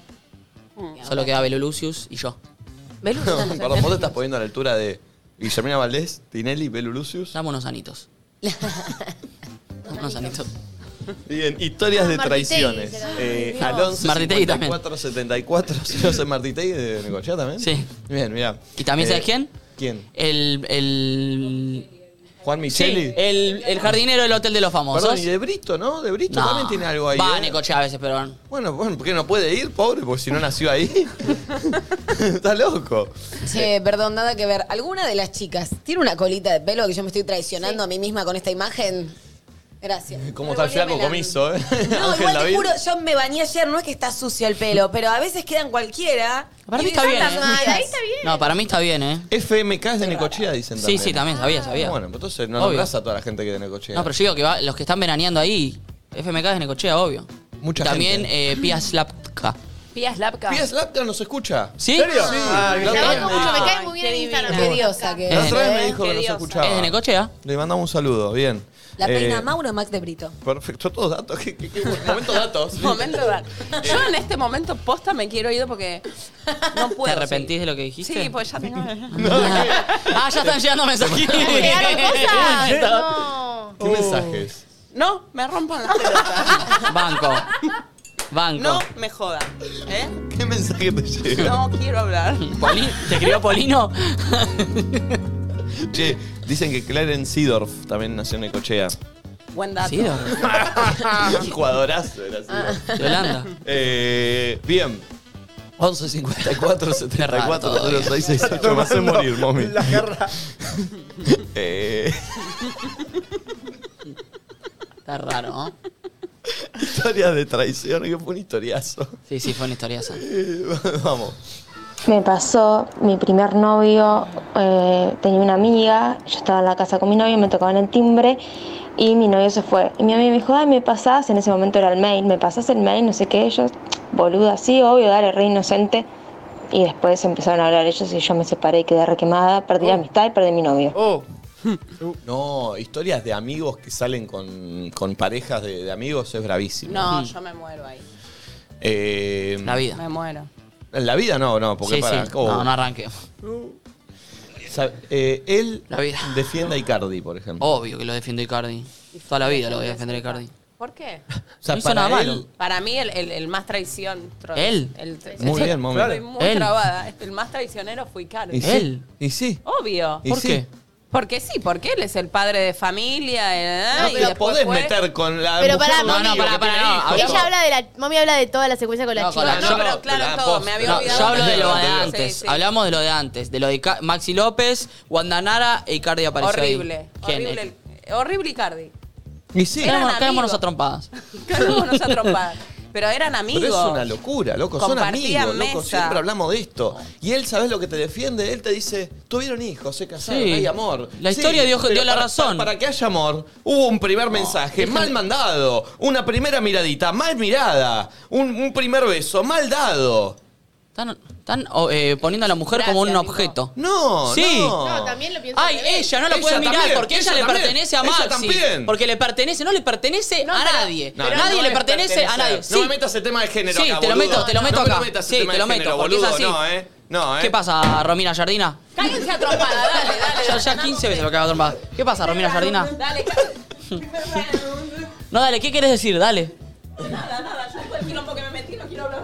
B: solo queda Belo Lucius y yo.
A: Perdón, vos te estás poniendo a la altura de Guillermina Valdés, Tinelli, Belu Lucius.
B: Dame unos anitos. Dame unos anitos.
A: Bien, historias de
G: Martitegui,
A: traiciones.
G: será.
A: Eh,
G: Dios.
A: al 11
B: Martitegui
A: 54 74 74 Martitegui de Necochea también.
B: Sí.
A: Bien, mirá. Eh,
B: ¿Y también sabes quién?
A: ¿Quién?
B: El. el
A: Juan Micheli. Eh,
B: sí, el, el jardinero del Hotel de los Famosos.
A: Perdón, y de Brito, ¿no? De Brito
B: No.
A: también tiene algo ahí.
B: Va
A: ¿eh?
B: Necochea a veces, pero.
A: Bueno, bueno, ¿por qué no puede ir, pobre? Porque si no nació ahí. Está loco.
C: Che, Eh, perdón, nada que ver. ¿Alguna de las chicas tiene una colita de pelo que yo me estoy traicionando a mí misma con esta imagen? Gracias.
A: ¿Cómo Eh, está el flaco comiso, eh?
C: No,
A: Ángel
C: igual te
A: David.
C: juro, yo me bañé ayer, no es que está sucio el pelo, pero a veces quedan cualquiera.
B: Para mí
C: Y
B: está
C: son
B: bien,
C: las
B: ¿eh?
C: amigas.
G: Ahí está Ah, bien.
B: No, para mí está bien, ¿eh?
A: FMK es de Necochea, dicen
B: Sí,
A: también.
B: sí, también, sabía, sabía.
A: Bueno, pues entonces no
B: Obvio.
A: nombrás a toda la gente que es de Necochea.
B: No, pero yo digo que va- los que están veraneando ahí, FMK es Necochea, obvio.
A: Mucha
B: Y También
A: gente.
B: eh, Pia Slapka.
F: Pías Lapka.
A: Pia Slapka nos escucha.
B: ¿Sí?
A: Sí.
E: Ah,
A: la
G: La
A: otra vez
G: banco
A: me
G: mucho,
A: dijo-
G: me cae
F: Ay,
G: muy
F: qué
G: bien en Instagram.
C: Qué
F: divina.
C: diosa que
B: Eh,
A: la
C: es.
A: otra vez me
F: Eh,
A: dijo
F: qué
A: que nos
F: diosa.
A: escuchaba.
B: Es de Necochea.
A: Le mandamos un saludo, bien.
C: La peina
A: Eh,
C: Mauro Max de Brito.
A: Perfecto, todos datos. ¿Qué, qué- qué- momento datos.
F: Momento dar. Yo en este momento posta me quiero ir porque no puedo.
B: ¿Te arrepentís
F: seguir.
B: de lo que dijiste?
F: Sí, pues ya tengo.
B: ah, ya están llegando mensajitos.
G: ¿Llegaron cosas? No.
A: ¿Qué mensajes?
F: No, me rompan las pelotas.
B: Banco. Banco.
F: No me jodan. ¿eh?
A: ¿Qué mensaje te llega?
F: No quiero hablar.
B: Poli- ¿Te escribió Polino?
A: Che, dicen que Clarence Seedorf también nació en Necochea.
F: Buen dato.
B: sí, de
A: Un jugadorazo era Seedorf.
B: de Holanda.
A: Eh, bien. 11 54 74
B: todavía.
A: 06 68. Me hace
E: Tomando
A: morir, mami.
E: La guerra.
A: Eh,
B: Está raro, ¿no?
A: historias de traición, que fue un historiazo.
B: Sí, sí, fue una historiaza.
A: Eh, Vamos.
I: Me pasó, mi primer novio eh, tenía una amiga, yo estaba en la casa con mi novio, me tocaban el timbre y mi novio se fue. Y mi amiga me dijo, ay, me pasás, en ese momento era el mail, me pasás el mail, no sé qué, ellos, boluda, sí, obvio, dale, re inocente. Y después empezaron a hablar ellos y yo me separé y quedé requemada, perdí la amistad y perdí mi novio.
A: No, historias de amigos que salen con, con parejas de, de amigos es bravísimo.
F: No, yo me muero ahí.
A: Eh,
B: La vida.
F: Me muero.
A: En la vida no, no, porque
B: Sí,
A: para.
B: sí.
A: oh.
B: No, no arranque.
A: Sa- eh, él
B: La Oh, vida.
A: defiende a Icardi, por ejemplo.
B: Obvio que lo defiendo Icardi. Toda la vida lo voy a defender a Icardi.
F: ¿Por qué?
A: o sea,
B: no hizo
A: para
B: nada
A: él-
B: malo.
F: Para mí, el, el- el más traición. tro-
B: ¿Él?
F: El,
A: Muy bien, mami.
F: Estoy muy
B: Él.
F: trabada. El más traicionero fue Icardi.
A: Y sí,
B: Él.
A: Y sí.
F: Obvio.
A: Y
B: ¿Por
A: sí.
B: qué?
F: Porque sí, porque él es el padre de familia. eh,
A: No
F: y
A: te
F: después
A: podés
F: fue-
A: meter con la
G: Pero
A: mujer
G: pará,
A: de un
G: no, no,
A: amigo
B: pará,
A: que
B: pará,
A: tiene
B: no,
A: hijos.
G: Ella
B: Hablamos.
G: habla de la. Mami habla de toda la secuencia con la
B: No,
G: chica.
B: con
F: No,
B: la Yo-
F: pero claro,
A: la
F: en todo.
A: posta.
F: Me había
B: No,
F: olvidado.
B: yo hablo de lo de
F: Sí,
B: antes.
F: sí.
B: Hablamos de lo de antes. De lo de Ica- Maxi López, Wanda Nara e Icardi apareció ahí.
F: Horrible.
B: ¿Quién es?
F: Horrible, el- horrible Icardi.
A: Y sí.
F: Eran
B: Caemos- Caémonos
F: amigos.
B: a trompadas.
F: Claro, no se atromparon. Pero eran amigos.
A: Pero es una locura, loco. Son
F: Compartían
A: amigos, loco.
F: mesa.
A: Siempre hablamos de esto. Y él, ¿sabes lo que te defiende? Él te dice, tuvieron hijos, se casaron,
B: Sí.
A: hay amor.
B: La historia dio-
A: pero
B: dio la
A: para-
B: razón.
A: Para, para que haya amor, hubo un primer mensaje mal mandado, una primera miradita mal mirada, un, un primer beso mal dado.
B: Están, están, oh, eh, poniendo a la mujer como un
F: Gracias, amigo.
B: objeto.
A: No,
B: Sí.
A: no.
G: No, también lo pienso. al
B: Ay,
G: revés.
B: ella no la
A: Ella
B: puede mirar
A: también,
B: porque ella,
A: ella
B: le
A: también,
B: pertenece a
A: ella
B: Maxi.
A: también.
B: Porque le pertenece, no le pertenece a nadie.
A: No, pero
B: nadie
A: no
B: le
A: es
B: pertenece a
A: pertenecer.
B: nadie.
A: No
B: Sí.
A: me metas el tema de género
B: Sí,
A: acá,
B: te lo
A: boludo.
B: meto, te lo meto
A: No
B: acá.
A: me metas el
B: Sí,
A: tema
B: te lo
A: de género,
B: meto, porque es
A: boludo.
B: así.
A: No, eh. No, eh.
B: ¿Qué pasa, Romina Jardina?
F: Cállense a trompada, dale, dale.
B: Ya, ya 15 veces lo cago a trompadas. ¿Qué pasa, Romina Jardina?
F: Dale, cállense.
B: No, dale, ¿qué quieres decir? Dale.
F: Nada, nada, yo todo el quilombo que me metí no quiero hablar.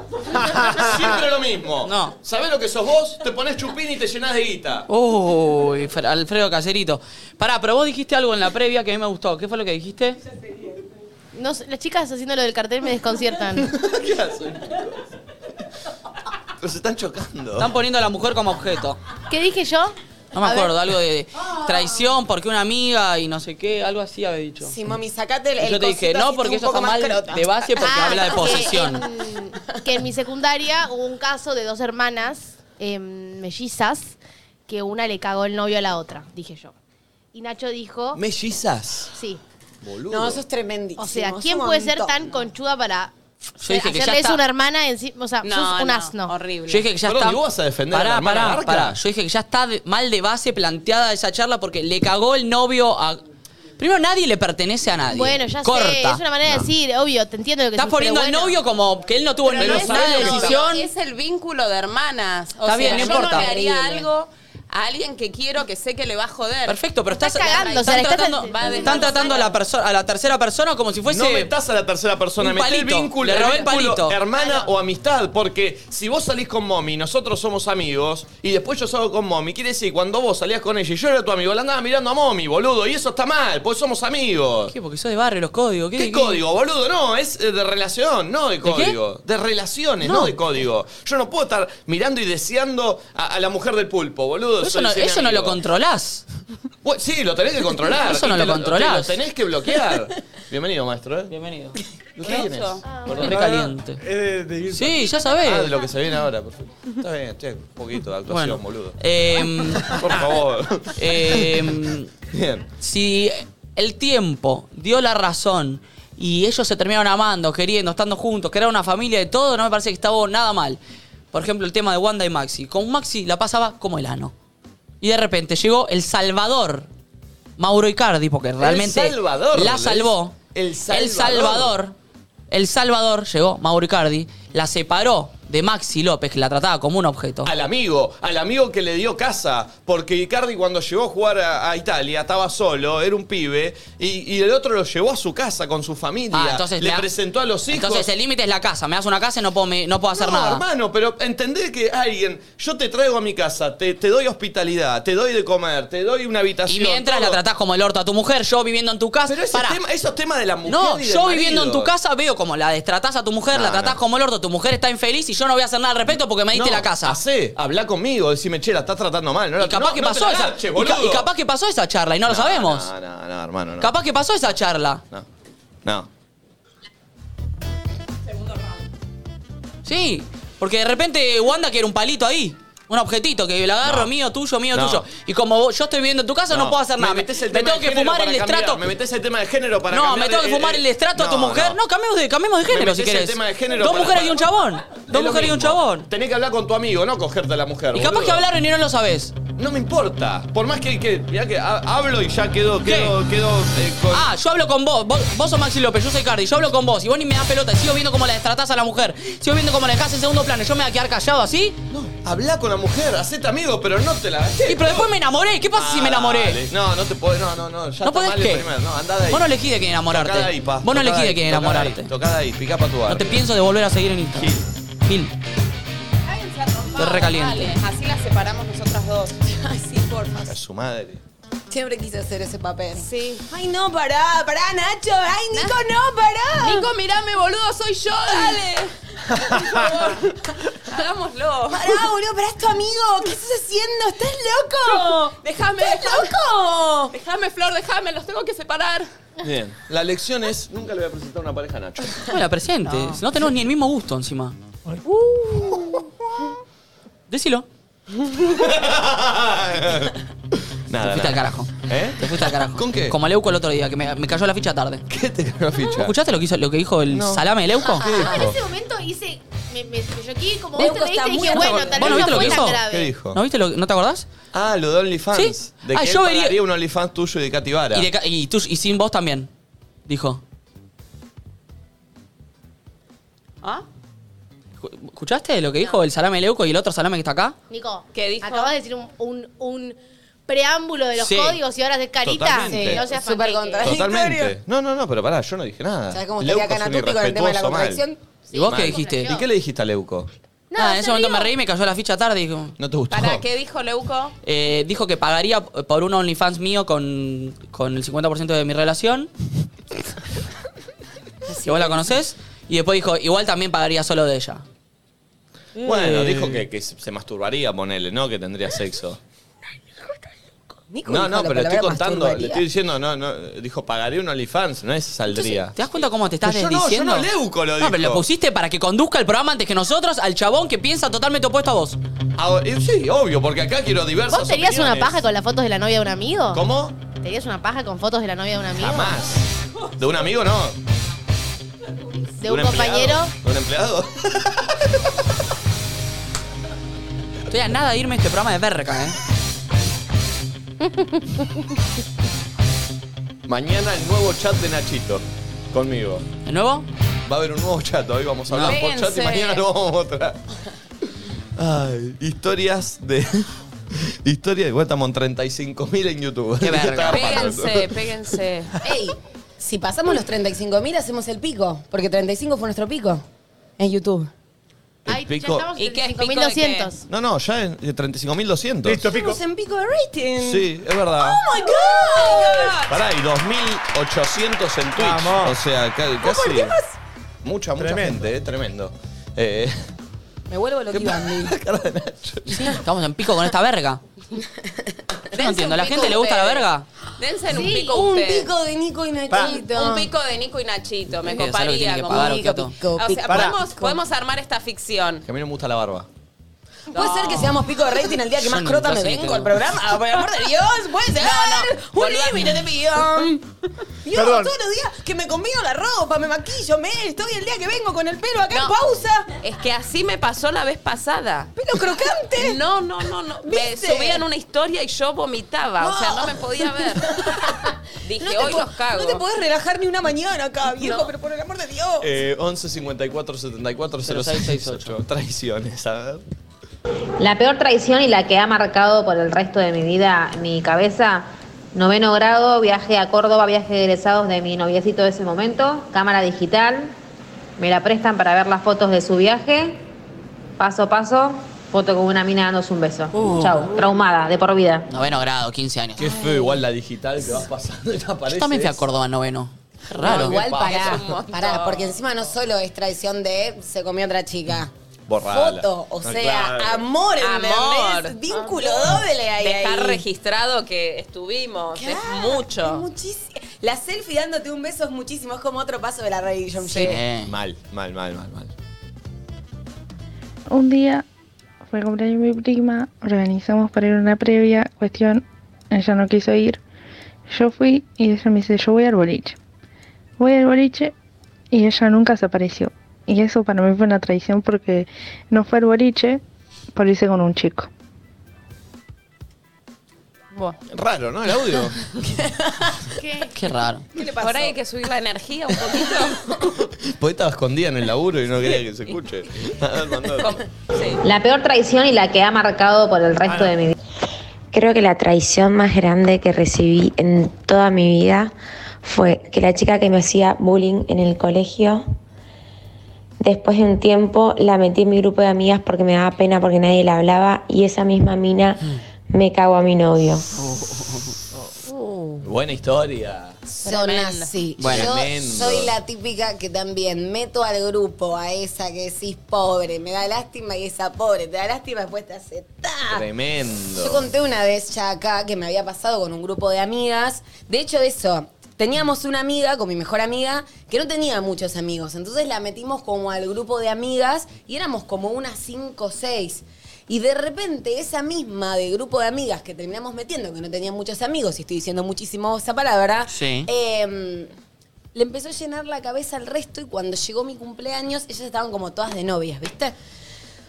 A: Siempre lo mismo.
B: No.
A: ¿Sabés lo que sos vos? Te pones chupín y te llenás de guita.
B: Uy, Fra- Alfredo Caserito. Pará, pero vos dijiste algo en la previa que a mí me gustó. ¿Qué fue lo que dijiste?
G: No sé, las chicas haciendo lo del cartel me desconciertan.
A: ¿Qué hacen? Los están chocando.
B: Están poniendo a la mujer como objeto.
G: ¿Qué dije yo?
B: No me
G: A ver.
B: acuerdo, algo de traición porque una amiga y no sé qué, algo así había dicho.
C: Sí, mami, sacate el,
B: Y
C: el
B: yo te dije,
C: cosito
B: no,
C: así,
B: porque
C: tú
B: eso
C: un poco
B: está
C: más
B: mal
C: crota.
B: de base porque
G: Ah,
B: habla de
G: que
B: posesión.
G: en- que en mi secundaria hubo un caso de dos hermanas em, mellizas que una le cagó el novio a la otra, dije yo. Y Nacho dijo,
A: Mellizas.
G: sí.
A: Boludo.
C: No, eso es tremendísimo.
G: O sea,
C: es
G: ¿quién
C: un
G: puede ser
C: montón.
G: tan conchuda para
B: Yo dije que ya
G: hacerle eso
B: está.
G: a una hermana? encima? o sea, sos un asno.
F: Horrible.
B: Yo dije que ya
A: Perdón,
B: está.
A: ¿y vos vas a defender a la hermana Garca?
B: Yo dije que ya está de- mal de base planteada esa charla porque le cagó el novio a. Primero, nadie le pertenece a nadie.
G: Bueno, ya
B: Corta.
G: sé, es una manera de decir, obvio, te entiendo lo que
B: Estás
G: decís,
B: poniendo
G: pero
B: al
G: bueno.
B: novio como que él no tuvo
A: Pero
B: ninguna
A: no es el novio.
B: decisión.
F: Es el vínculo de hermanas. O
B: Está
F: sea,
B: bien, no
F: yo
B: importa.
F: no le haría
C: Horrible.
F: algo a alguien que quiero que sé que le va a joder.
B: Perfecto, pero estás,
G: Estás cagando, o sea,
B: están
G: le estás-
B: tratando,
G: va a
B: están tratando a la persona, a la tercera persona como si fuese.
A: No metás a la tercera persona,
B: Pues un
A: meté el
B: palito.
A: vínculo,
B: Le
A: el
B: robé el
A: vínculo
B: palito.
A: hermana o amistad, porque si vos salís con Mommy, nosotros somos amigos, y después yo salgo con Mommy, quiere decir, cuando vos salías con ella y yo era tu amigo, la andabas mirando a Mommy, boludo, y eso está mal, pues somos amigos.
B: ¿Qué? Porque sos de barrio, los códigos. ¿Qué,
A: ¿Qué,
B: qué?
A: código, boludo? No, es eh, de relación, no de código. ¿De, relaciones, no.
B: No.
A: de código. Yo no puedo estar mirando y deseando a, a la mujer del pulpo, boludo.
B: Pero Eso,
A: soy-
B: no,
A: soy mi
B: eso no lo
A: amigo.
B: controlás.
A: Bueno, Sí, lo tenés que controlar.
B: Eso no
A: Y
B: lo
A: te
B: controlás.
A: te Lo tenés que bloquear. Bienvenido, maestro. ¿eh?
B: Bienvenido.
A: ¿Usted quién es? Perdón.
B: Re caliente.
E: Es de, de ir-
B: Sí, ya
A: Ah,
B: sabés.
A: de lo que se viene ahora, perfecto. Está bien, che, un poquito de
B: bueno,
A: actuación, boludo.
B: em,
A: Por favor.
B: em,
A: Bien.
B: si el tiempo dio la razón y ellos se terminaron amando, queriendo, estando juntos, crearon una familia y todo, no me parece que estaba nada mal. Por ejemplo, el tema de Wanda y Maxi. Con Maxi la pasaba como el ano. Y de repente llegó el salvador, Mauro Icardi, porque realmente
A: Salvador,
B: la
A: ¿les?
B: salvó.
A: El
B: El
A: Salvador.
B: Salvador. El Salvador llegó, Mauro Icardi, la separó de Maxi López, que la trataba como un objeto.
A: Al amigo, al amigo que le dio casa, porque Icardi cuando llegó a jugar a, a Italia estaba solo, era un pibe, y, y el otro lo llevó a su casa con su familia.
B: Ah, entonces
A: le
B: ha-
A: presentó a los hijos.
B: Entonces el límite es la casa. Me das una casa y no puedo, me- no puedo hacer
A: no,
B: nada.
A: hermano, pero entender que alguien, yo te traigo a mi casa, te, te doy hospitalidad, te doy de comer, te doy una
B: Y
A: habitación.
B: mientras
A: todo.
B: la tratás como el orto a tu mujer, yo viviendo en tu casa.
A: Pero ese
B: Pará.
A: tema- esos temas de la mujer.
B: no,
A: y del
B: yo viviendo en
A: marido.
B: tu casa veo como la destratás a tu mujer,
A: No,
B: la tratás
A: no.
B: como el orto, tu mujer está infeliz y yo no voy a hacer nada al respecto porque me diste
A: No,
B: la casa.
A: Hacé, habla conmigo, decime, che, la estás tratando mal. No la,
B: Y capaz
A: no,
B: que
A: no te
B: pasó
A: la
B: esa.
A: garches,
B: y ca-
A: boludo.
B: y, capaz que pasó esa charla y no, lo
A: No,
B: sabemos.
A: No, no, no, hermano, no.
B: Capaz que pasó esa charla.
A: No. No.
B: Sí. Porque de repente Wanda quiere un palito ahí. Un objetito que lo agarro,
A: No.
B: mío, tuyo, mío,
A: No.
B: tuyo. Y como vos- yo estoy viviendo en tu casa, no, puedo hacer nada.
A: Me,
B: Me,
A: metés el
B: me
A: tema
B: tengo
A: de
B: que
A: género
B: fumar
A: para
B: el
A: cambiar.
B: estrato.
A: Me metes el tema de género para
B: No,
A: cambiar
B: me tengo
A: de-
B: que fumar
A: eh,
B: el estrato a tu
A: no,
B: mujer. No, cambiemos de, cambiemos de género
A: metés
B: si
A: el
B: querés.
A: tema de género
B: Dos
A: para-
B: mujeres y un chabón.
A: Es
B: Dos
A: lo
B: mujeres y un
A: mismo.
B: chabón.
A: Tenés que hablar con tu amigo, no cogerte a la mujer.
B: Y capaz
A: boludo.
B: que hablaron y no lo sabés.
A: No me importa. Por más que, que, mirá que ha- hablo y ya quedo,
B: ¿Qué?
A: quedo, quedo eh, con.
B: Ah, yo hablo con vos. vos. Vos sos Maxi López, yo soy Cardi. Yo hablo con vos y vos ni me das pelota. y Sigo viendo cómo la destratás a la mujer. Sigo viendo cómo la dejás en segundo plano. y Yo me voy a quedar callado así.
A: No, habla con la mujer, hacete amigo, pero no te la
B: Y pero después me enamoré. ¿Qué pasa si me enamoré?
A: No, no te podés. No, no, no. Ya
B: ¿No
A: está
B: podés
A: Ah, mal el
B: qué?
A: primero. No, andá de ahí.
B: Vos no elegís de quién enamorarte.
A: Tocá de ahí, pa.
B: Vos no
A: Tocá
B: elegís
A: de
B: de
A: ahí,
B: quién
A: tocá de ahí,
B: enamorarte.
A: Tocá de ahí, picá pa' tu
B: No te
A: barrio.
B: pienso de volver a seguir en Instagram. Gil. Te recaliente.
F: Dale, así las separamos nosotras dos.
C: Ay, sí, porfa.
A: A su madre.
C: Siempre quise hacer ese papel.
F: Sí.
C: Ay, no, pará, pará, Nacho. Ay, Nico, no, pará.
G: Nico, mirame, boludo, soy yo, dale.
F: Hagámoslo.
C: Pará, boludo, pará, es tu amigo. ¿Qué estás haciendo? ¿Estás loco?
G: Déjame,
C: ¿Estás loco?
G: déjame, Flor, déjame, los tengo que separar.
A: Bien. La lección es: nunca le voy a presentar una pareja a Nacho.
B: No me la presentes. No, tenemos ni el mismo gusto encima. Decilo.
A: Nada.
B: Te fuiste al
A: nada.
B: carajo.
A: ¿Eh?
B: Te fuiste al carajo.
A: ¿Con qué?
B: Como Leuco el otro día, que me, me cayó la ficha tarde.
A: ¿Qué te cagó la ficha?
B: ¿Escuchaste lo que, hizo, lo que dijo el salame de Leuco?
A: ¿Qué
G: Yo Ah, en
A: dijo?
G: ese momento hice. Me, me, me choqué como vos
C: Leuco
G: te reíste
C: está
G: y
C: muy
G: dije, bueno,
C: enojado.
G: tal
B: ¿Vos
G: vez no
B: no viste lo
G: fue
B: que
G: tan
B: hizo?
G: grave.
A: ¿Qué dijo?
B: ¿No viste lo que- ¿No te acordás?
A: Ah, lo de OnlyFans.
B: Sí.
A: De
B: Ah,
A: que él
B: yo vería-
A: pagaría un OnlyFans tuyo y de Katy Vara.
B: Y, de ca- y tú- y sin vos también, dijo.
F: ¿Ah?
B: Escu- ¿Escuchaste lo que dijo el salame de Leuco y el otro salame que está acá?
G: Nico,
F: ¿Qué dijo?
G: acabas de decir un, un, un preámbulo de los
B: Sí.
G: códigos y ahora haces carita.
A: Totalmente.
G: Sí, no seas
C: Súper
G: panqueque.
C: contra-
A: Totalmente. No, no, no, pero pará, yo no dije nada.
C: ¿Sabés cómo estaría acá
A: Leuco es un
C: Natuti con el tema de la
A: irrespetuoso mal.
C: contradicción?
A: Sí,
B: ¿Y vos
A: mal.
B: qué dijiste?
A: ¿Y qué le dijiste a Leuco?
B: Nada, en ese momento
G: me
B: me reí y me cayó la ficha tarde. Dijo,
A: ¿No te gustó?
F: ¿Para qué dijo Leuco?
B: eh, dijo que pagaría por un OnlyFans mío con, con el 50% de mi relación. que vos la conocés. Y después dijo, igual también pagaría solo de ella.
A: Bueno, dijo que, que se se masturbaría, ponele, ¿no? Que tendría sexo.
C: Nico
A: No,
C: dijo
A: no,
C: la
A: pero estoy
C: palabra
A: contando, le
C: masturbaría.
A: estoy diciendo, no, no, dijo, pagaría un OnlyFans, no es saldría.
B: ¿Te das cuenta cómo te estás
A: Pero yo no,
B: desdiciendo?
A: yo no, Leuco lo
B: No, pero
A: dijo.
B: lo pusiste para que conduzca el programa antes que nosotros al chabón que piensa totalmente opuesto a vos.
A: Ahora, eh, sí, obvio, porque acá quiero diversas
G: ¿Vos tenías una
A: opiniones.
G: paja con las fotos de la novia de un amigo?
A: ¿Cómo?
G: ¿Tenías una paja con fotos de la novia de un amigo?
A: Jamás. ¿De un amigo no?
G: ¿De un compañero?
A: empleado? ¿De un empleado?
B: Estoy a nada de irme a este programa de verga, ¿eh?
A: Mañana el nuevo chat de Nachito, conmigo.
B: ¿De nuevo?
A: Va a haber un nuevo chat, hoy vamos a hablar por chat y
F: Péguense.
A: mañana lo vamos a mostrar. Ay, historias de... Historia, igual estamos en 35.000 en YouTube.
B: Qué verga.
A: Está garpando esto.
F: Péguense, péguense.
C: Ey, si pasamos los 35.000 hacemos el pico, porque 35 fue nuestro pico en YouTube.
A: El
G: Ay,
A: pico-
G: ya estamos
F: ¿Y qué es
G: en
F: pico de
G: 5.200.
A: No, no, ya eh, es de 35.200.
E: Listo, pico.
C: Estamos en pico de rating.
A: Sí, es verdad.
C: ¡Oh, my God!
A: Pará, y 2.800 en Twitch.
E: Vamos.
A: O sea, ca- casi. Mucha, mucha
E: Tremendo.
A: gente, eh, tremendo. Eh,
C: Me vuelvo
A: ¿Qué
C: loquita.
A: pasa? La cara de Nacho.
B: Sí, estamos en pico con esta verga. Yo no entiendo, ¿a la
F: Dense un
B: gente
F: pico
B: le gusta la
F: ustedes.
B: verga?
F: Dense en un
G: Sí,
F: pico
C: Un
F: ustedes.
C: pico de Nico y Nachito.
F: Un pico de Nico y Nachito, me
B: Sí, es algo que
F: coparía.
B: tienen que
F: como-
B: pagar, ¿o qué
C: Pico,
B: otro?
C: pico,
F: O
C: pico.
F: sea, podemos, podemos armar esta ficción.
A: Que a mí no me gusta la barba.
C: ¿Puede
F: No.
C: ser que seamos pico de rating el día que
B: Yo
C: más
B: ni-
C: crota
B: yo
C: me
B: sí
C: vengo
B: tengo.
C: al programa? Oh, Por el amor de Dios, puede ser.
F: no,
C: un
F: boluda.
C: límite te pido. Yo
E: Perdón.
C: todos los días que me combino la ropa, me maquillo, me estoy el día que vengo con el pelo acá en
F: No.
C: pausa.
F: Es que así me pasó la vez pasada.
C: Pelo crocante.
F: No, no, no, no. Me
C: ¿Viste?
F: subían una historia y yo vomitaba. O sea, no me podía ver. Dije,
C: No te
F: hoy
C: po-
F: los cago.
C: No te podés relajar ni una mañana acá, viejo, pero por el amor de Dios.
A: Eh, 11 54 74 0668. Traiciones, a ver.
I: La peor traición y la que ha marcado por el resto de mi vida mi cabeza, noveno grado, viaje a Córdoba, viaje de egresados de mi noviecito de ese momento, cámara digital, me la prestan para ver las fotos de su viaje, paso a paso, foto con una mina dándose un beso.
B: Uh.
I: Chau, traumada, de por vida.
B: Noveno grado, 15 años.
A: Qué feo igual la digital que vas pasando y te aparece.
B: Yo también fui a
A: eso.
B: Córdoba en noveno. Qué raro.
A: No, igual-
C: pará,
A: Es un montón.
C: pará, porque encima no solo es traición de se comió otra chica.
A: Borrala.
C: Foto, o
A: No,
C: sea,
A: claro.
C: amor, ¿entendés?
F: Amor.
C: Vínculo
F: Amor.
C: doble ahí.
F: Dejar
C: ahí.
F: registrado que estuvimos.
C: Claro,
F: es mucho.
C: es muchísimo. La selfie dándote un beso es muchísimo, es como otro paso de la religión.
B: Sí.
A: Mal, mal, mal, mal, mal.
I: Un día fue el cumpleaños de mi prima, organizamos para ir a una previa, cuestión, ella no quiso ir. Yo fui y ella me dice, yo voy al boliche. Voy al boliche y ella nunca se apareció. Y eso para mí fue una traición porque no fue al boliche por irse con un chico.
F: Buah.
A: Raro, ¿no? El audio.
B: Qué raro.
F: ¿Qué le pasó? Por ahí hay que subir la energía un poquito.
A: Porque estaba escondida en el laburo y no quería que se escuche. A ver, mandalo.
F: sí.
J: La peor traición y la que ha marcado por el resto de mi vida.
I: Creo que la traición más grande que recibí en toda mi vida fue que la chica que me hacía bullying en el colegio, después de un tiempo la metí en mi grupo de amigas porque me daba pena porque nadie la hablaba y esa misma mina me cagó a mi novio.
A: Buena historia.
C: Son así.
A: Bueno,
C: Yo
A: tremendo.
C: soy la típica que también meto al grupo a esa que decís pobre, me da lástima y esa pobre, te da lástima después te hace ta.
A: Tremendo.
C: Yo conté una vez ya acá que me había pasado con un grupo de amigas. De hecho, eso, teníamos una amiga con mi mejor amiga que no tenía muchos amigos. Entonces la metimos como al grupo de amigas y éramos como unas 5 o 6. Y de repente esa misma de grupo de amigas que terminamos metiendo, que no tenía muchos amigos, y estoy diciendo muchísimo esa palabra,
B: Sí.
C: em, le empezó a llenar la cabeza al resto y cuando llegó mi cumpleaños, ellas estaban como todas de novias, ¿viste?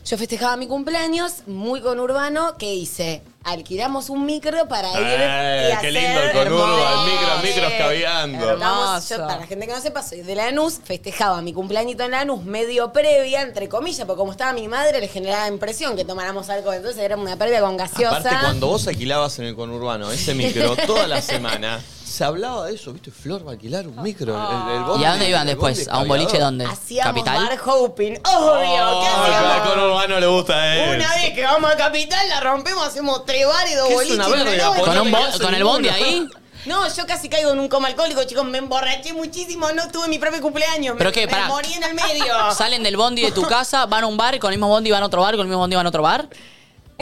C: Yo festejaba mi cumpleaños muy conurbano. ¿Qué hice? Alquilamos un micro para ir.
A: Eh,
C: y
A: qué
C: hacer-
A: lindo el conurbo, el micro, el micro
C: Sí.
A: escabeando.
C: Estábamos- yo,
F: Hermoso.
C: para la gente que no sepa, soy de Lanús, festejaba mi cumpleañito en Lanús medio previa, entre comillas, porque como estaba mi madre, le generaba impresión que tomáramos algo, entonces era una previa con gaseosa.
A: Aparte, cuando vos alquilabas en el conurbano ese micro toda la semana, se hablaba de eso, ¿viste? Flor va a alquilar un micro. el- el bondi-
B: ¿Y a dónde iban
A: el
B: después?
A: bondi
B: ¿A un boliche
A: escabeador.
B: dónde?
C: Hacíamos
B: ¿Capital?
C: bar hoping, obvio, ¿qué
A: Oh,
C: hacíamos?
A: al conurbano le gusta eso.
C: Una vez que vamos a Capital, la rompemos, hacemos tres bares, dos
A: ¿Qué es
C: boliches.
A: una verga?
C: una noche.
A: Pues
B: ¿Con,
A: no
B: un
A: te
B: bo-
A: quedas en
B: con el
A: ninguna.
B: bondi ahí?
C: No, yo casi caigo en un coma alcohólico, chicos. Me emborraché muchísimo, no tuve mi propio cumpleaños.
B: ¿Pero
C: me,
B: qué?
C: me
B: Pará.
C: morí en el medio.
B: ¿Salen del bondi de tu casa, van a un bar, y con el mismo bondi van a otro bar, con el mismo bondi van a otro bar?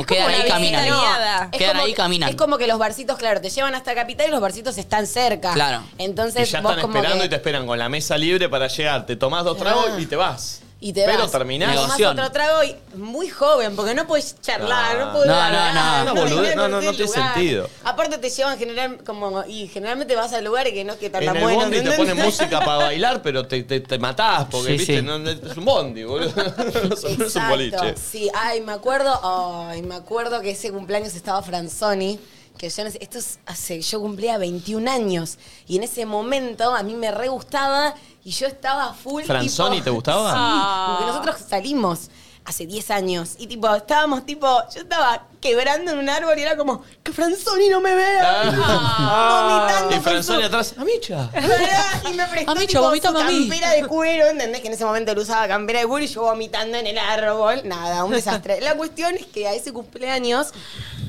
B: ¿O quedan
F: una
B: ahí caminan?
F: visita guiada.
C: Es
B: Quedan
C: como
B: ahí
C: que-
B: caminan.
C: Es como que los barcitos, claro, te llevan hasta Capital y los barcitos están cerca.
B: Claro.
A: Y
C: Entonces
A: ya
C: vos
A: están
C: como
A: esperando
C: que- Ah.
A: y te esperan con la mesa libre para llegar. Te tomás dos tragos y te vas.
C: y te
A: Pero
C: vas.
A: terminás.
C: Tomás
B: Negocio.
C: otro trago y muy joven, porque no podés charlar,
A: No.
C: no, podés
B: No, no,
C: hablar,
B: no.
A: Una boludez,
C: tenés
A: Ah. no, no, no
C: conocer el
A: tiene
C: lugar.
A: sentido.
C: Aparte te llevan general, como, y generalmente vas a lugares que no que tan
A: En el
C: buenos,
A: bondi te
C: ¿entendés?
A: ponen música para bailar, pero te, te, te matás porque,
B: Sí,
A: viste,
B: sí.
A: No, no- es un bondi, boludo. No es un- no es un
C: Exacto.
A: boliche.
C: Sí, ay, me acuerdo, ay, me acuerdo que ese cumpleaños estaba Franzoni. Que yo, en ese- esto es hace, yo cumplía 21 años y en ese momento a mí me re gustaba y yo estaba full.
A: ¿Franzoni
C: tipo-
A: te gustaba?
C: Sí, porque nosotros salimos hace 10 años y tipo, estábamos tipo, yo estaba quebrando en un árbol y era como, que Franzoni no me vea. Vomitando
A: Ah. Y
C: por
A: Franzoni
C: su-
A: atrás, ¡Amicha!
C: ¿Verdad? Y me prestó
B: A mí,
C: tipo,
B: chavo, vomítame
C: su
B: a mí.
C: campera de cuero, ¿entendés? Que en ese momento él usaba campera de cuero y yo vomitando en el árbol. Nada, un desastre. La cuestión es que a ese cumpleaños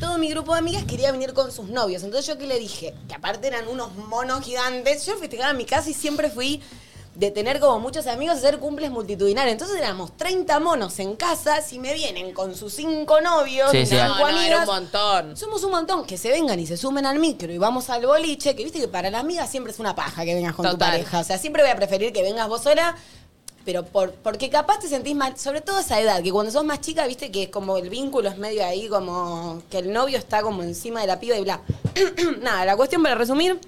C: todo mi grupo de amigas quería venir con sus novios. Entonces yo qué le dije, que aparte eran unos monos gigantes. Yo festejaba en mi casa y siempre fui de tener como muchos amigos hacer cumples multitudinarios. Entonces éramos 30 monos en casa, si me vienen con sus cinco novios,
B: Sí, sí.
C: cinco
F: No, no, era un
C: amigas,
F: montón.
C: somos un montón que se vengan y se sumen al micro y vamos al boliche, que viste que para la amiga siempre es una paja que vengas con tu
F: Total.
C: pareja. O sea, siempre voy a preferir que vengas vos sola, pero por, porque capaz te sentís mal, sobre todo a esa edad, que cuando sos más chica, viste que es como el vínculo es medio ahí, como que el novio está como encima de la piba y bla. Nada, la cuestión para resumir,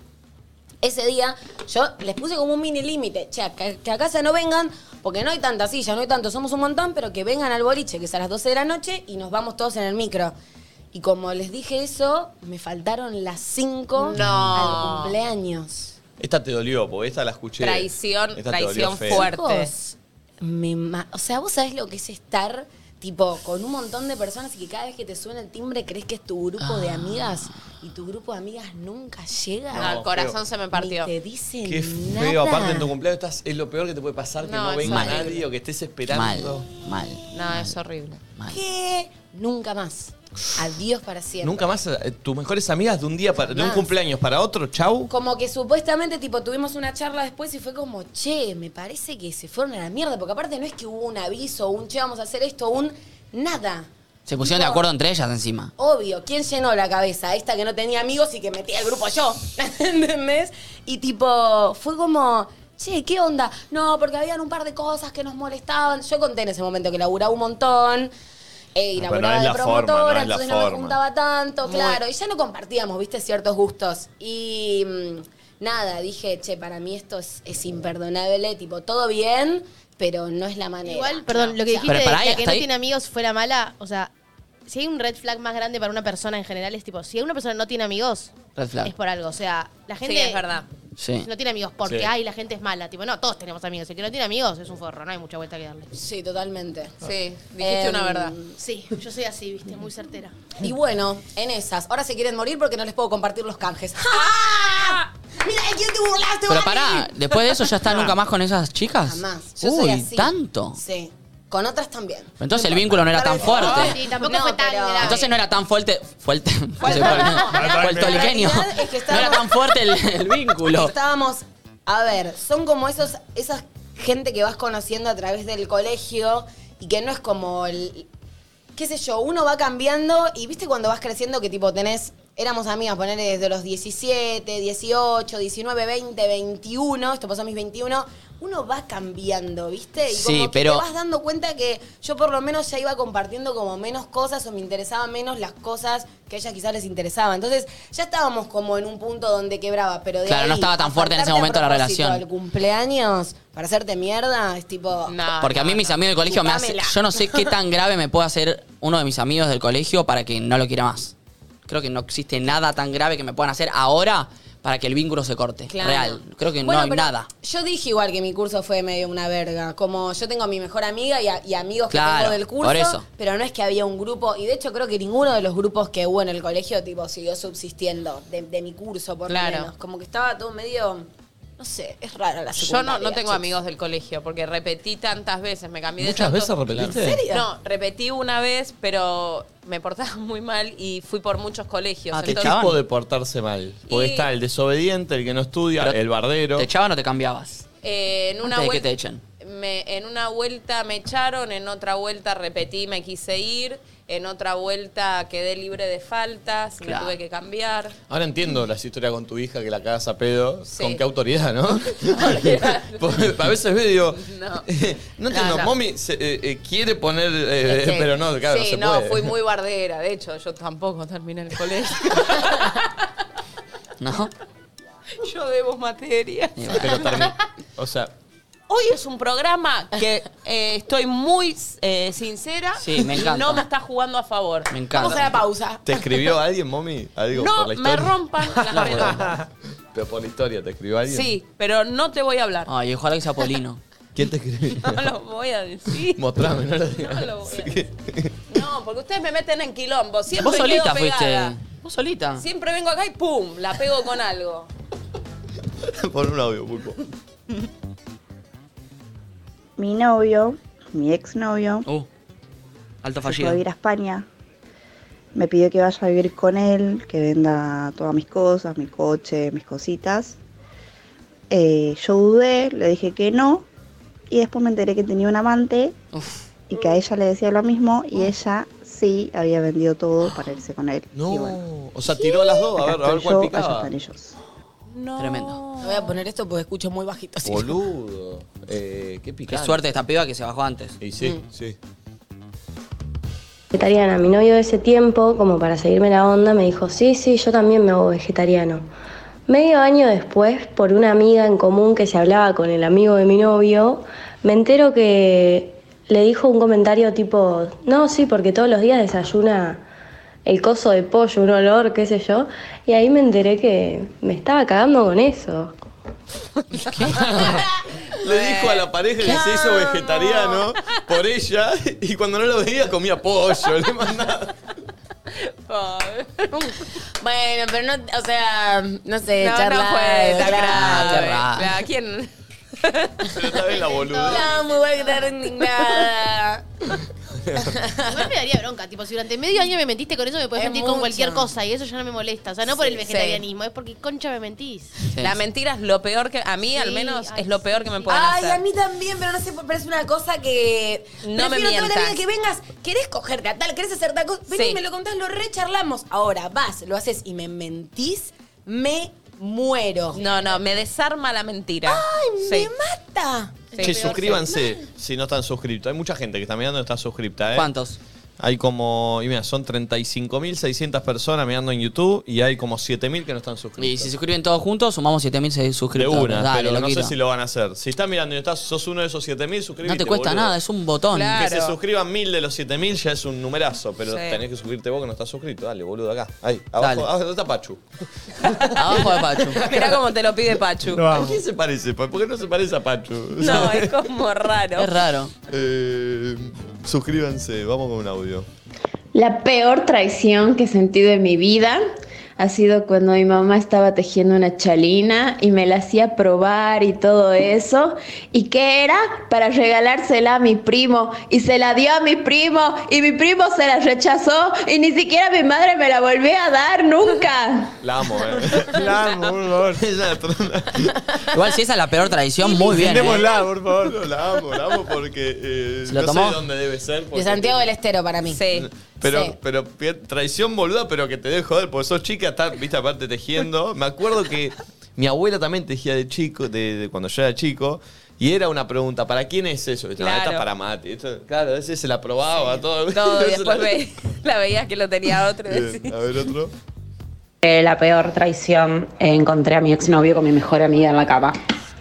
C: ese día yo les puse como un mini límite, che, que, que a casa no vengan, porque no hay tanta silla, no hay tanto, somos un montón, pero que vengan al boliche, que es a las 12 de la noche, y nos vamos todos en el micro. Y como les dije eso, me faltaron las 5
F: No.
C: al cumpleaños.
A: Esta te dolió, porque esta la escuché.
F: Traición,
A: Esta te
F: traición
A: dolió feo.
F: fuerte.
C: Chicos, me ma- o sea, vos sabés lo que es estar tipo con un montón de personas y que cada vez que te suena el timbre crees que es tu grupo de amigas y tu grupo de amigas nunca llega.
F: Ah. No, el corazón
A: feo.
F: se me partió.
C: Ni te dicen
A: Qué feo,
C: nada.
A: aparte en tu cumpleaños estás, es lo peor que te puede pasar que
F: No,
A: no,
F: es
A: venga
F: horrible.
A: nadie o que estés
B: Mal,
A: esperando.
B: mal,
F: No, es horrible.
B: mal.
C: ¿Qué? Nunca más. Adiós para siempre.
A: Nunca más, eh, tus mejores amigas de un día para, de un
C: Jamás.
A: cumpleaños para otro, chau.
C: Como que supuestamente, tipo, tuvimos una charla después y fue como, che, me parece que se fueron a la mierda. Porque aparte no es que hubo un aviso, un che, vamos a hacer esto, un nada.
B: Se pusieron de acuerdo entre ellas encima.
C: Obvio, ¿quién llenó la cabeza? Esta que no tenía amigos y que metía el grupo yo. ¿Entendés? Y tipo, fue como, che, ¿qué onda? No, porque habían un par de cosas que nos molestaban. Yo conté en ese momento que laburaba un montón. eh,
A: Ah, Pero
C: inauguraba
A: no es
C: de
A: la forma,
C: promotora,
A: no es la
C: entonces no me
A: forma.
C: juntaba tanto,
F: Muy-
C: claro. Y ya no compartíamos, viste, ciertos gustos. Y mm, nada, dije, che, para mí esto es, es imperdonable, tipo, todo bien, pero no es la manera.
G: Igual, perdón, lo que dijiste
B: Pero
G: de
B: pará,
G: la que
B: hasta
G: no
B: ahí-
G: tiene amigos fuera mala, o sea, si hay un red flag más grande para una persona en general es tipo, si una persona no tiene amigos,
B: Red
G: es
B: flag.
G: por algo. O sea, la gente
F: Sí, es verdad.
B: Sí.
G: no tiene amigos porque,
A: Sí.
G: ay, la gente es mala. Tipo, no, todos tenemos amigos. El que no tiene amigos es un forro, no hay mucha vuelta que darle.
C: Sí, totalmente.
F: Sí, dijiste
C: Em,
F: una verdad.
G: Sí, yo soy así, viste, muy certera.
C: Y bueno, en esas. Ahora se quieren morir porque no les puedo compartir los canjes. Mira, ¿de quién te burlaste,
B: Pero
C: Vali?
B: pará, después de eso ya está nunca más con esas chicas.
C: Jamás. Yo soy
B: Uy,
C: así.
B: tanto.
C: Sí. Con otras también.
B: Pero Entonces el vínculo no era tan fuerte.
G: Sí, tampoco
C: No,
G: fue tan
C: pero-
G: grave.
B: Entonces no era tan fuerte. Fuerte. Puertoliqueño.
C: La realidad es que
B: No
C: estábamos-
B: era tan fuerte el, el vínculo.
C: Estábamos, a ver, son como esos, esas gente que vas conociendo a través del colegio y que no es como el, qué sé yo, uno va cambiando y viste cuando vas creciendo que tipo tenés, éramos amigas, ponerle desde los 17, 18, 19, 20, 21, esto pasó a mis 21, uno va cambiando, viste, y
B: Sí,
C: como que
B: pero-
C: te vas dando cuenta que yo por lo menos ya iba compartiendo como menos cosas o me interesaban menos las cosas que a ellas quizás les interesaban. Entonces ya estábamos como en un punto donde quebraba, pero de
B: Claro, no
C: ahí
B: estaba tan
C: a
B: fuerte en ese
C: faltarte a
B: momento la
C: propósito
B: relación.
C: al cumpleaños para hacerte mierda es tipo...
F: No,
B: Porque a mí
F: no,
B: mis
F: no.
B: amigos del colegio me hacen.
C: Chupámela.
B: Yo no sé qué tan grave me puede hacer uno de mis amigos del colegio para que no lo quiera más. Creo que no existe nada tan grave que me puedan hacer ahora para que el vínculo se corte.
C: Claro.
B: Real. Creo que
C: Bueno,
B: no hay
C: pero
B: nada.
C: Yo dije igual que mi curso fue medio una verga. Como yo tengo a mi mejor amiga y, a- y amigos que
B: Claro,
C: tengo del curso.
B: por eso.
C: Pero no es que había un grupo. Y de hecho, creo que ninguno de los grupos que hubo en el colegio tipo siguió subsistiendo. De, de mi curso, por lo
F: Claro.
C: menos. Como que estaba todo medio. No sé, es rara la
F: Yo
C: secundaria.
F: no, no tengo
C: chicos.
F: amigos del colegio porque repetí tantas veces, me cambié de
A: ¿Muchas
F: tantos-
A: veces repetiste?
C: ¿En serio?
F: No, repetí una vez, pero me portaba muy mal y fui por muchos colegios.
B: Ah, te
A: ¿Qué
F: entonces-
B: echaban?
A: tipo de portarse mal? Porque
F: Y-
A: está el desobediente, el que no estudia,
B: Pero-
A: el bardero.
B: ¿Te echaban o te cambiabas?
F: Eh, en una
B: Antes de
F: vuelta,
B: que te echen.
F: me- en una vuelta me echaron, en otra vuelta repetí, me quise ir, en otra vuelta quedé libre de faltas,
B: Claro.
F: me tuve que cambiar.
A: Ahora entiendo las historias con tu hija que la cagas a pedo.
F: Sí.
A: ¿Con qué autoridad, no? Porque a veces veo y digo.
F: No.
A: eh, No entiendo,
F: no.
A: mommy se- eh, eh, quiere poner. eh,
F: Es que-
A: pero no, claro,
F: Este,
A: no
F: sí,
A: se
F: no,
A: puede.
F: fui muy bardera, de hecho, yo tampoco terminé el colegio.
B: ¿No?
F: yo debo materias.
A: Pero termi- O sea,
F: Hoy es un programa que eh, estoy muy eh, sincera.
B: Sí, me encanta.
F: Y no me está jugando a favor.
B: Me encanta.
F: Vamos a la pausa.
A: ¿te escribió alguien, mommy? Algo
F: No
A: por
F: me
A: la historia.
F: rompan las pelotas.
A: Pero por la historia, ¿te escribió alguien?
F: Sí, pero no te voy a hablar.
B: Ay, ojalá que sea Polino.
A: ¿Quién te escribió?
F: No lo voy a decir.
A: Mostrame, no lo digas.
F: lo voy a
A: Sí.
F: No, porque ustedes me meten en quilombo. Siempre
B: Vos solita
F: quedo pegada.
B: fuiste. Vos solita.
F: Siempre vengo acá y pum, la pego con algo.
A: Pon un audio, pulpo.
K: Mi novio, mi exnovio,
B: Uh. Alto
K: se fue
B: fallido.
K: a vivir a España. Me pidió que vaya a vivir con él, que venda todas mis cosas, mi coche, mis cositas. Eh, yo dudé, le dije que no, y después me enteré que tenía un amante
B: Uf.
K: y que a ella le decía lo mismo, y ella sí había vendido todo para irse con él.
A: No.
K: Y bueno,
A: O sea, tiró a las dos, a
K: acá
A: ver, a ver
K: estoy
A: cuál
K: yo, allá
A: picaba.
K: están ellos.
F: No.
B: Tremendo.
C: Me voy a poner esto porque escucho muy bajito. así.
A: Boludo. Eh, qué
B: Qué
A: picante.
B: suerte esta piba que se bajó antes.
A: Y sí, sí.
I: Vegetariana, mi novio de ese tiempo, como para seguirme la onda, me dijo, sí, sí, yo también me hago vegetariano. Medio año después, por una amiga en común que se hablaba con el amigo de mi novio, me entero que le dijo un comentario tipo, no, sí, porque todos los días desayuna el coso de pollo, un olor, qué sé yo, y ahí me enteré que me estaba cagando con eso.
A: Le dijo a la pareja que se hizo vegetariano por ella y cuando no lo veía comía pollo. Le mandaba.
C: Bueno, pero no, o sea, no sé,
F: No,
C: charla.
F: no fue tan grave.
B: Ah, qué raro.
F: Claro, ¿Quién?
A: Pero está bien la boluda.
C: muy voy a quedar indignada.
G: Igual me daría bronca, tipo, si durante medio año me mentiste con eso, me puedes
C: Es
G: mentir
C: mucho.
G: con cualquier cosa y eso ya no me molesta. O sea, no por el vegetarianismo, es porque concha me mentís.
B: Sí.
F: La mentira es lo peor que. A mí, al menos,
G: ay,
F: es lo peor que me pueden
C: Ay,
F: hacer.
C: a mí también, pero no sé, pero es una cosa que.
F: No me
C: Prefiero toda la
F: mientas.
C: vida que vengas, querés cogerte a tal, querés hacer tal cosa. Vení,
F: Sí.
C: me lo contás, lo recharlamos. Ahora vas, lo haces y me mentís, me muero.
F: No, no, me desarma la mentira.
C: Ay,
F: Sí.
C: me mata.
F: Sí.
A: Che, suscríbanse si no están suscriptos. Hay mucha gente que está mirando y no está suscripta, ¿eh?
B: ¿Cuántos?
A: Hay como, y mira, son 35.600 personas mirando en YouTube y hay como 7.000 que no están suscritos.
B: Y si se suscriben todos juntos, sumamos 7.000
A: De
B: suscriptores.
A: una,
B: Dale,
A: pero no
B: loquito.
A: sé si lo van a hacer. Si estás mirando y estás, sos uno de esos 7000, suscríbete.
B: No te cuesta
A: boludo.
B: nada, es un botón.
A: Que se suscriban 1000 de los 7000 ya es un numerazo, pero
B: Sí.
A: tenés que suscribirte vos que no estás suscrito. Dale, boludo, acá. Ahí, abajo.
B: Dale.
A: abajo ¿Dónde está Pachu?
B: Abajo de Pachu.
F: Mirá cómo te lo pide Pachu.
A: ¿A quién se parece? Pa- ¿Por qué no se parece a Pachu?
F: No, es como raro.
B: Es raro.
A: Eh, suscríbanse, vamos con un audio.
L: La peor traición que he sentido en mi vida ha sido cuando mi mamá estaba tejiendo una chalina y me la hacía probar y todo eso. ¿Y qué era? Para regalársela a mi primo. Y se la dio a mi primo y mi primo se la rechazó y ni siquiera mi madre me la volvió a dar nunca.
A: La amo, eh. La amo, por favor.
B: Igual si esa es la peor tradición, muy bien. ¿eh?
E: Entendémosla, por favor.
A: la amo, la amo porque eh,
B: ¿Se lo
A: no
B: tomó?
A: sé dónde debe ser.
C: De
A: porque-
C: Santiago del Estero para mí.
F: Sí.
A: Pero,
C: Sí.
A: pero pi- traición boluda, pero que te debe joder, porque sos chica, estás, viste, aparte tejiendo. Me acuerdo que mi abuela también tejía de chico, de, de cuando yo era chico, y era una pregunta, ¿para quién es eso? Viste, no,
F: Claro.
A: esta es para Mati. Esto- claro, a veces se la probaba, todo.
F: Todo, y
A: Se la-
F: después ve- la veías que lo tenía otro y decís,
A: Bien, A ver otro.
M: Eh, la peor traición, eh, encontré a mi exnovio con mi mejor amiga en la cama.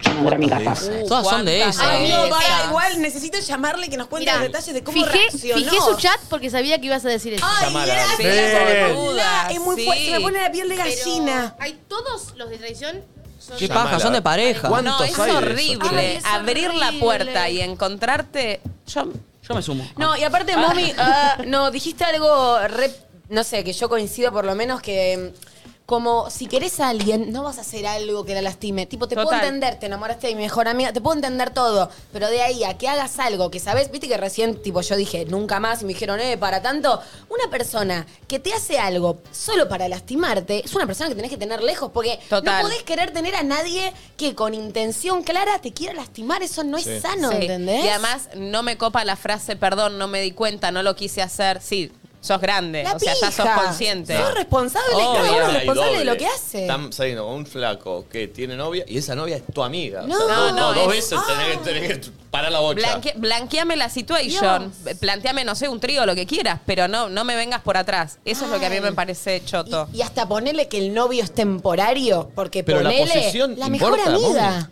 M: Yo no era mi casa.
B: Todas son de esas.
C: Ay, no, para,
G: Esas.
C: igual necesito llamarle que nos cuente
G: Mirá,
C: los detalles de cómo
G: Fijé,
C: reaccionó.
G: fijé su chat porque sabía que ibas a decir eso.
C: Ay,
A: Llamala,
C: gracias,
A: Sí,
C: boluda,
F: boluda,
C: Es muy
F: sí.
C: fuerte, se me pone la piel de
G: Pero
C: gallina.
G: Hay todos los de traición. Son
B: Qué paja, son de pareja.
A: ¿Cuántos
F: No, es
A: hay de esos,
F: horrible.
A: chicos?
G: Ay, es
F: Abrir la
G: horrible.
F: puerta y encontrarte. Yo,
B: Yo me sumo.
C: No, y aparte, mami, ah, no, dijiste algo re- no sé, que yo coincido por lo menos que mm, como si querés a alguien, no vas a hacer algo que la lastime. Tipo, te
F: Total.
C: puedo entender, te enamoraste de mi mejor amiga, te puedo entender todo, pero de ahí a que hagas algo que sabes, viste que recién, tipo, yo dije nunca más y me dijeron, eh, para tanto, una persona que te hace algo solo para lastimarte es una persona que tenés que tener lejos porque no
F: Total.
C: podés querer tener a nadie que con intención clara te quiera lastimar, eso no
A: Sí.
C: es sano,
F: Sí.
C: ¿entendés?
F: Y además no me copa la frase, perdón, no me di cuenta, no lo quise hacer. Sí, sos grande,
C: La
F: o sea, ya sos
C: pija.
F: consciente.
C: Sos responsable,
F: Obvio.
C: cada uno es
A: Hay
C: responsable de
A: doble.
C: lo que hace.
A: Están saliendo con un flaco que tiene novia y esa novia es tu amiga.
C: No,
A: o sea,
F: no,
A: dos
F: es-
A: veces tenés, que- tenés que parar la bocha.
F: Blanque- blanqueame la situación, planteame, no sé, un trío, lo que quieras, pero no, no me vengas por atrás. Eso es lo que a mí
C: Ay.
F: me parece choto.
C: Y, y hasta ponele que el novio es temporario, porque
A: Pero la
C: ponele
A: posesión
C: la mejor
A: importa,
C: amiga.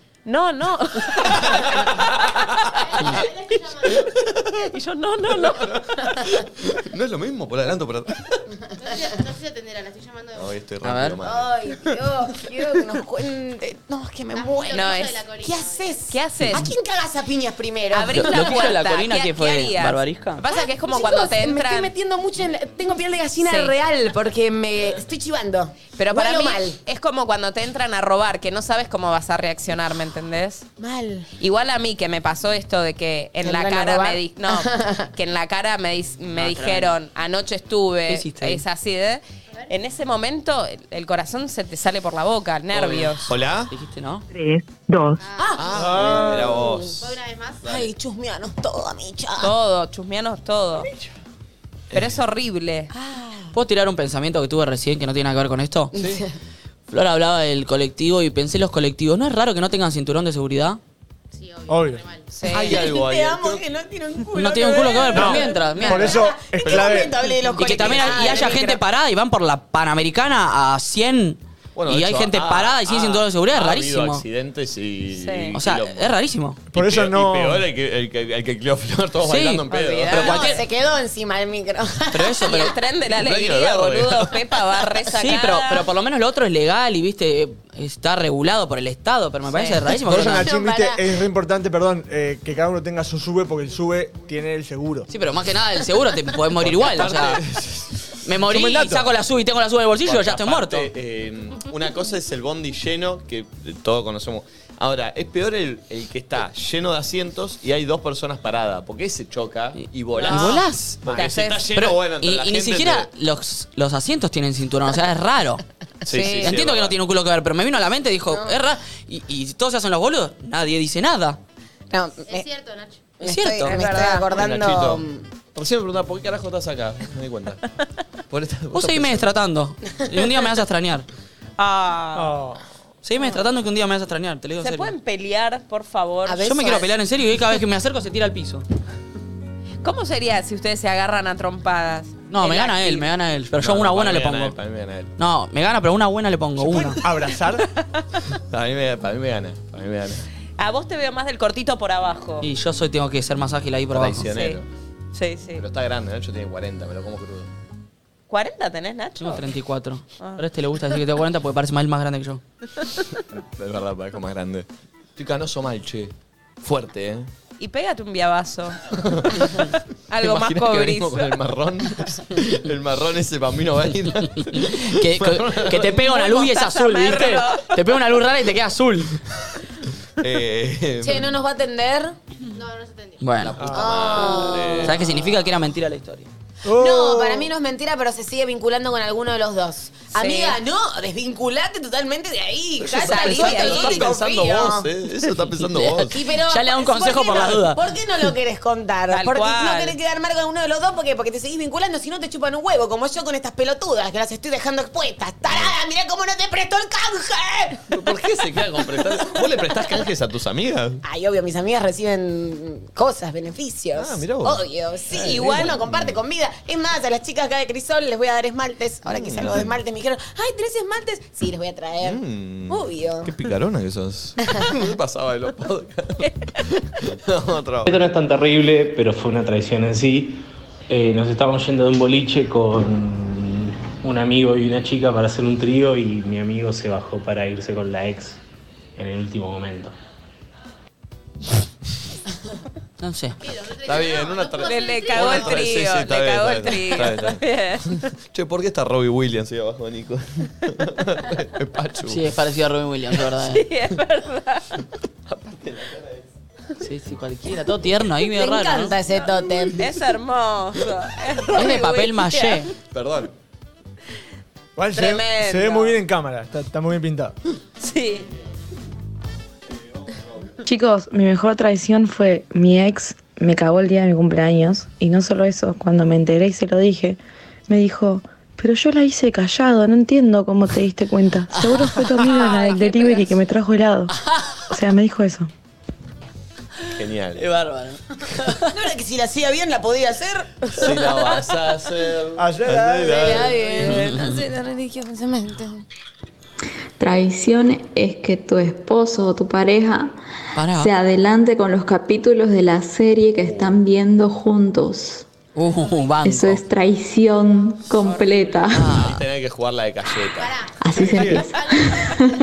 F: No, no. y yo, no, no, no.
A: No es lo mismo, por adelanto, por atrás.
G: No sé, no sé si atenderá, la estoy llamando de
A: Ay, estoy
B: A
A: rápido,
B: ver.
A: madre.
C: Ay, Dios, quiero que nos cuente. No, es que me muero.
F: No,
G: Yo
F: es.
G: soy la colina.
C: Ah, ¿Qué haces?
F: ¿Qué haces?
C: ¿A quién cagas a piñas primero?
F: Abrís
B: Lo-
F: la
B: lo que hizo
F: puerta.
B: la colina,
F: ¿Qué-
B: ¿qué fue?
F: qué harías?
B: ¿Barbarisca?
F: Pasa que es como
C: Chicos,
F: cuando te
C: Me estoy
F: entran.
C: metiendo mucho en. Tengo piel de gallina
F: Sí.
C: real porque me estoy chivando.
F: Pero para
C: Huelo
F: mí
C: mal.
F: es como cuando te entran a robar, que no sabes cómo vas a reaccionar, ¿me entendés?
C: Mal.
F: Igual a mí que me pasó esto de que en
C: ¿Te
F: la
C: entran a
F: cara
C: robar?
F: me di- no, que en la cara me, dis- me
B: Ah,
F: dijeron, anoche estuve,
B: ¿Qué hiciste ahí?
F: es así de en ese momento el- el corazón se te sale por la boca, nervios.
A: ¿Hola?
B: ¿Dijiste no?
M: Tres, dos.
A: Ah, mira vos.
G: ¿Voy una vez más?
C: Ay, chusmeanos todo, amicha.
F: Todo, chusmeanos todo. Pero es horrible.
B: ¿Puedo tirar un pensamiento que tuve recién que no tiene nada que ver con esto? Flor hablaba del colectivo y pensé los colectivos. ¿No es raro que no tengan cinturón de seguridad?
G: Sí, obvio.
E: Obvio.
G: re mal.
F: Sí.
A: Hay algo ahí. ¿eh?
C: Te amo
A: creo-
C: que no tiene un culo.
B: No tiene un culo que ver, pero
E: No.
B: mientras,
E: Por
B: mientras.
E: eso es
C: ¿En qué
E: clave.
C: momento hablé de los
B: Y que también hay- y haya gente parada y van por la Panamericana a 100
A: Bueno, de
B: y hay
A: hecho,
B: gente
A: ha-
B: parada y sin
A: ha-
B: cinturón de seguridad. Es
A: ha habido
B: rarísimo.
A: accidentes y.
F: Sí.
A: y
B: O sea,
A: quilombo.
B: es rarísimo.
E: Por
A: Y
E: eso
A: peor-
E: no-
A: Y peor el que, el que, el que crió Flor, todos
B: Sí,
A: bailando en pedo.
F: olvidá.
B: Pero
C: No,
B: cualquier-
C: se quedó encima del micro.
B: Pero eso,
F: Y
B: pero.
F: el tren de la
A: Un rayo de
F: alegría,
A: verde.
F: boludo, Pepa va re
B: Sí,
F: sacada.
B: pero, pero por lo menos lo otro es legal y viste, está regulado por el Estado, pero me
F: Sí.
B: parece rarísimo.
E: Por eso,
B: que no-
C: una-
E: Nachín,
C: No,
E: viste,
C: pará.
E: es re importante, perdón, eh, que cada uno tenga su sube, porque el sube tiene el seguro.
B: Sí, pero más que nada el seguro te podés morir igual. O sea, me morí
E: Suma el
B: y
E: dato.
B: saco la sub y tengo la sub en el bolsillo,
A: Porque
B: ya estoy muerto.
A: aparte, eh, una cosa es el bondi lleno, que eh, todos conocemos. Ahora, es peor el, el que está lleno de asientos y hay dos personas paradas, porque ese choca y volás.
B: Y volás.
A: Porque
F: Te
A: si está
F: haces-
A: lleno, bueno, entre
B: y,
A: la
B: y ni
A: gente
B: siquiera
A: te-
B: los, los asientos tienen cinturón, o sea, es raro.
A: Sí, sí, sí, es
B: Entiendo que
A: verdad.
B: no tiene un culo que ver, pero me vino a la mente y dijo, es raro. Y, y todos se hacen los boludos, nadie dice nada.
C: No,
G: Es
C: me-
G: cierto, Nacho.
C: Me
B: Es
C: estoy-
B: cierto.
C: me
B: Es
C: estoy
F: verdad.
C: acordando.
A: Nachito, Recién me preguntaba, ¿por qué carajo estás acá? No me di cuenta. Por esta-
B: Vos seguime destratando. Y un día me vas a extrañar.
F: Ah.
E: Oh.
B: Seguime destratando que un día me vas a extrañar, te lo digo en
F: ¿Se
B: serio.
F: pueden pelear, por favor?
C: A ver.
B: Yo me
C: Besos.
B: quiero pelear en serio y cada vez que me acerco se tira al piso.
F: ¿Cómo sería si ustedes se agarran a trompadas?
B: No, me
F: El
B: gana
F: acti-
B: él, me gana él. Pero yo
A: No, no, eh,
B: una
A: para
B: buena
A: mí
B: le
A: gana él,
B: pongo.
A: para mí gana él.
B: No, me gana, pero una buena le pongo. Una.
E: ¿Abrazar?
A: Para mí, me- para mí me gana. Para mí me gana.
F: A vos te veo más del cortito por abajo.
B: Y yo soy, tengo que ser más ágil ahí por abajo.
A: Traicionero.
F: Sí, sí.
A: Pero está grande, Nacho tiene 40, me lo como crudo.
F: 40 tenés, Nacho.
B: Tengo 34.
F: Ah.
B: Pero a este le gusta decir que tengo 40 porque parece más él más grande que yo.
A: Es verdad, parezco más grande. Estoy canoso mal, che. Fuerte, ¿eh?
F: Y pégate un viabazo. Algo
A: ¿Te
F: más
A: imaginas que venimos
F: cobrizo.
A: con el marrón? el marrón ese bambino baila.
B: Que, que- que te pega una luz y es
G: Mostaza
B: azul, ¿viste?
G: Merlo.
B: Te pega una luz rara y te queda azul.
A: Eh,
G: Che, ¿no nos va a atender? No, no se atendió.
B: Bueno.
A: Ah.
B: ¿Sabes qué significa? Que era mentira la historia.
A: Oh.
C: No, para mí no es mentira, pero se sigue vinculando con alguno de los dos. Amiga, no, desvinculate totalmente de ahí.
A: Eso
C: Ya
A: está
C: salí de
A: pensando,
C: ahí.
A: eso está pensando
C: confío.
A: vos, ¿eh? Eso está pensando vos.
C: Y pero,
B: Ya le da un
C: ¿por
B: consejo
C: qué
B: por
C: no-
B: las dudas.
C: ¿Por qué no lo querés contar?
B: Tal
C: ¿Por qué no
B: cual.
C: querés quedar mal con uno de los dos? ¿Por qué? Porque te seguís vinculando, si no te chupan un huevo, como yo con estas pelotudas que las estoy dejando expuestas. ¡Tarada! ¡Mirá cómo no te prestó el canje!
A: ¿Por qué se queda con prestar? ¿Vos le prestás canjes a tus amigas?
C: Ay, obvio, mis amigas reciben cosas, beneficios.
A: Ah, mirá vos.
C: Obvio, sí,
A: Ay,
C: igual
A: mira.
C: no comparte comida. Es más, a las chicas acá de Crisol les voy a dar esmaltes. Ahora que
A: Mm.
C: salgo de esmaltes me dijeron, ay, ¿tenés esmaltes? Sí, les voy a traer.
A: Mm.
C: Obvio.
A: Qué picarona que sos. ¿Qué pasaba en los podcasts? No, otra
N: Esto no es tan terrible, pero fue una traición en sí. Eh, nos estábamos yendo de un boliche con un amigo y una chica para hacer un trío y mi amigo se bajó para irse con la ex en el último momento.
B: No sé.
A: Está bien, una tra-
F: Le- le cagó el
A: una tra- sí,
F: trío,
A: sí, está
F: le
A: bien,
F: cagó
A: está
F: el
A: bien, está
F: trío,
A: bien, está bien. Che, ¿por qué está Robbie Williams ahí abajo, Nico? es Pachu.
B: Sí, es parecido a Robin Williams, de verdad.
F: Sí,
B: ¿eh?
F: es verdad.
B: Sí, sí, cualquiera. Todo tierno ahí, medio
C: Me
B: raro.
C: encanta
B: ¿no?
C: ese tótem.
F: Es hermoso.
B: Es de papel
F: maché.
B: maché.
A: Perdón.
E: Igual se,
F: Tremendo.
E: se ve muy bien en cámara, está, está muy bien pintado.
F: Sí.
J: Chicos, mi mejor traición fue mi ex me cagó el día de mi cumpleaños y no solo eso, cuando me enteré y se lo dije, me dijo, pero yo la hice callado, no entiendo cómo te diste cuenta. Seguro fue tu amiga la del delivery que me trajo helado. O sea, me dijo eso.
A: Genial.
B: Es bárbaro.
C: ¿No era que si la hacía bien la podía hacer?
A: Si la vas a hacer.
E: Hacela
C: Hacela
A: bien.
C: Hacela religiosamente.
L: Traición es que tu esposo o tu pareja
B: Pará.
L: se adelante con los capítulos de la serie que están viendo juntos.
B: Uh, banco.
L: Eso es traición completa.
A: Ahí tenés que jugar la de calleta.
L: Así se empieza.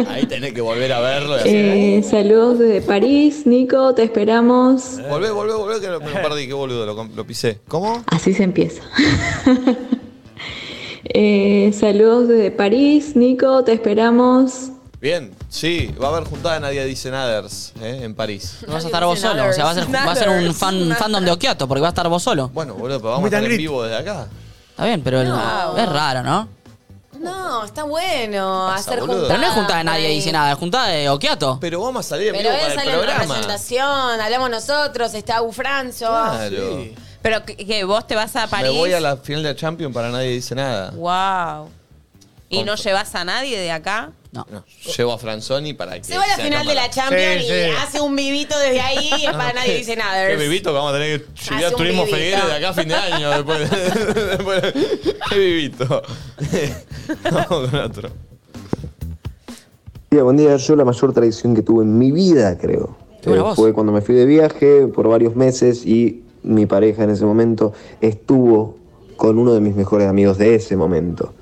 A: Ahí tenés que volver a verlo. y hacer-
L: Eh, saludos desde París, Nico, te esperamos.
A: Volvé, volvé, volvé, que lo- me lo perdí, qué boludo, lo, com- lo pisé. ¿Cómo?
L: Así se empieza. Eh, saludos desde París, Nico, te esperamos.
A: Bien, sí, va a haber juntada Nadie Dice Naders ¿eh? en París.
B: No vas a estar vos solo. O sea, va a ser, va a ser un fan, fandom de Okiato porque va a estar vos solo.
A: Bueno, boludo, pero vamos a
B: Meet
A: estar
B: and
A: en
B: greet.
A: vivo desde acá.
B: Está bien, pero el-
C: No.
B: es raro, ¿no?
C: No, está bueno hacer
A: boludo?
C: juntada.
B: Pero no es juntada de nadie
C: ahí.
B: dice nada, es juntada de Okiato.
A: Pero vamos a salir en
C: Pero
A: vivo
C: él
A: para el
C: sale en
A: programa.
C: representación, hablamos nosotros, está Ufranzo.
A: Claro.
F: Pero que, que vos te vas a París.
A: Me voy a la final de la Champions para Nadie Dice Nada.
F: Wow. ¿Y no
A: Contra.
F: llevas a nadie de acá?
A: No, llevo a Franzoni para Ah. que.
C: Se va a la
A: sea
C: final de la
A: cámara.
C: Champions
E: Sí,
C: y
E: sí.
C: hace un vivito desde ahí y es para nadie dice nada.
A: Qué vivito que vamos a tener que chiviar
C: Hace un
A: Turismo
C: vivito.
A: Figueres de acá a fin de año. Después, después- qué vivito. vamos con otro.
O: Buen día, yo la mayor traición que tuve en mi vida, creo.
B: Qué buena
O: eh,
B: voz.
O: fue cuando me fui de viaje por varios meses y mi pareja en ese momento estuvo con uno de mis mejores amigos de ese momento.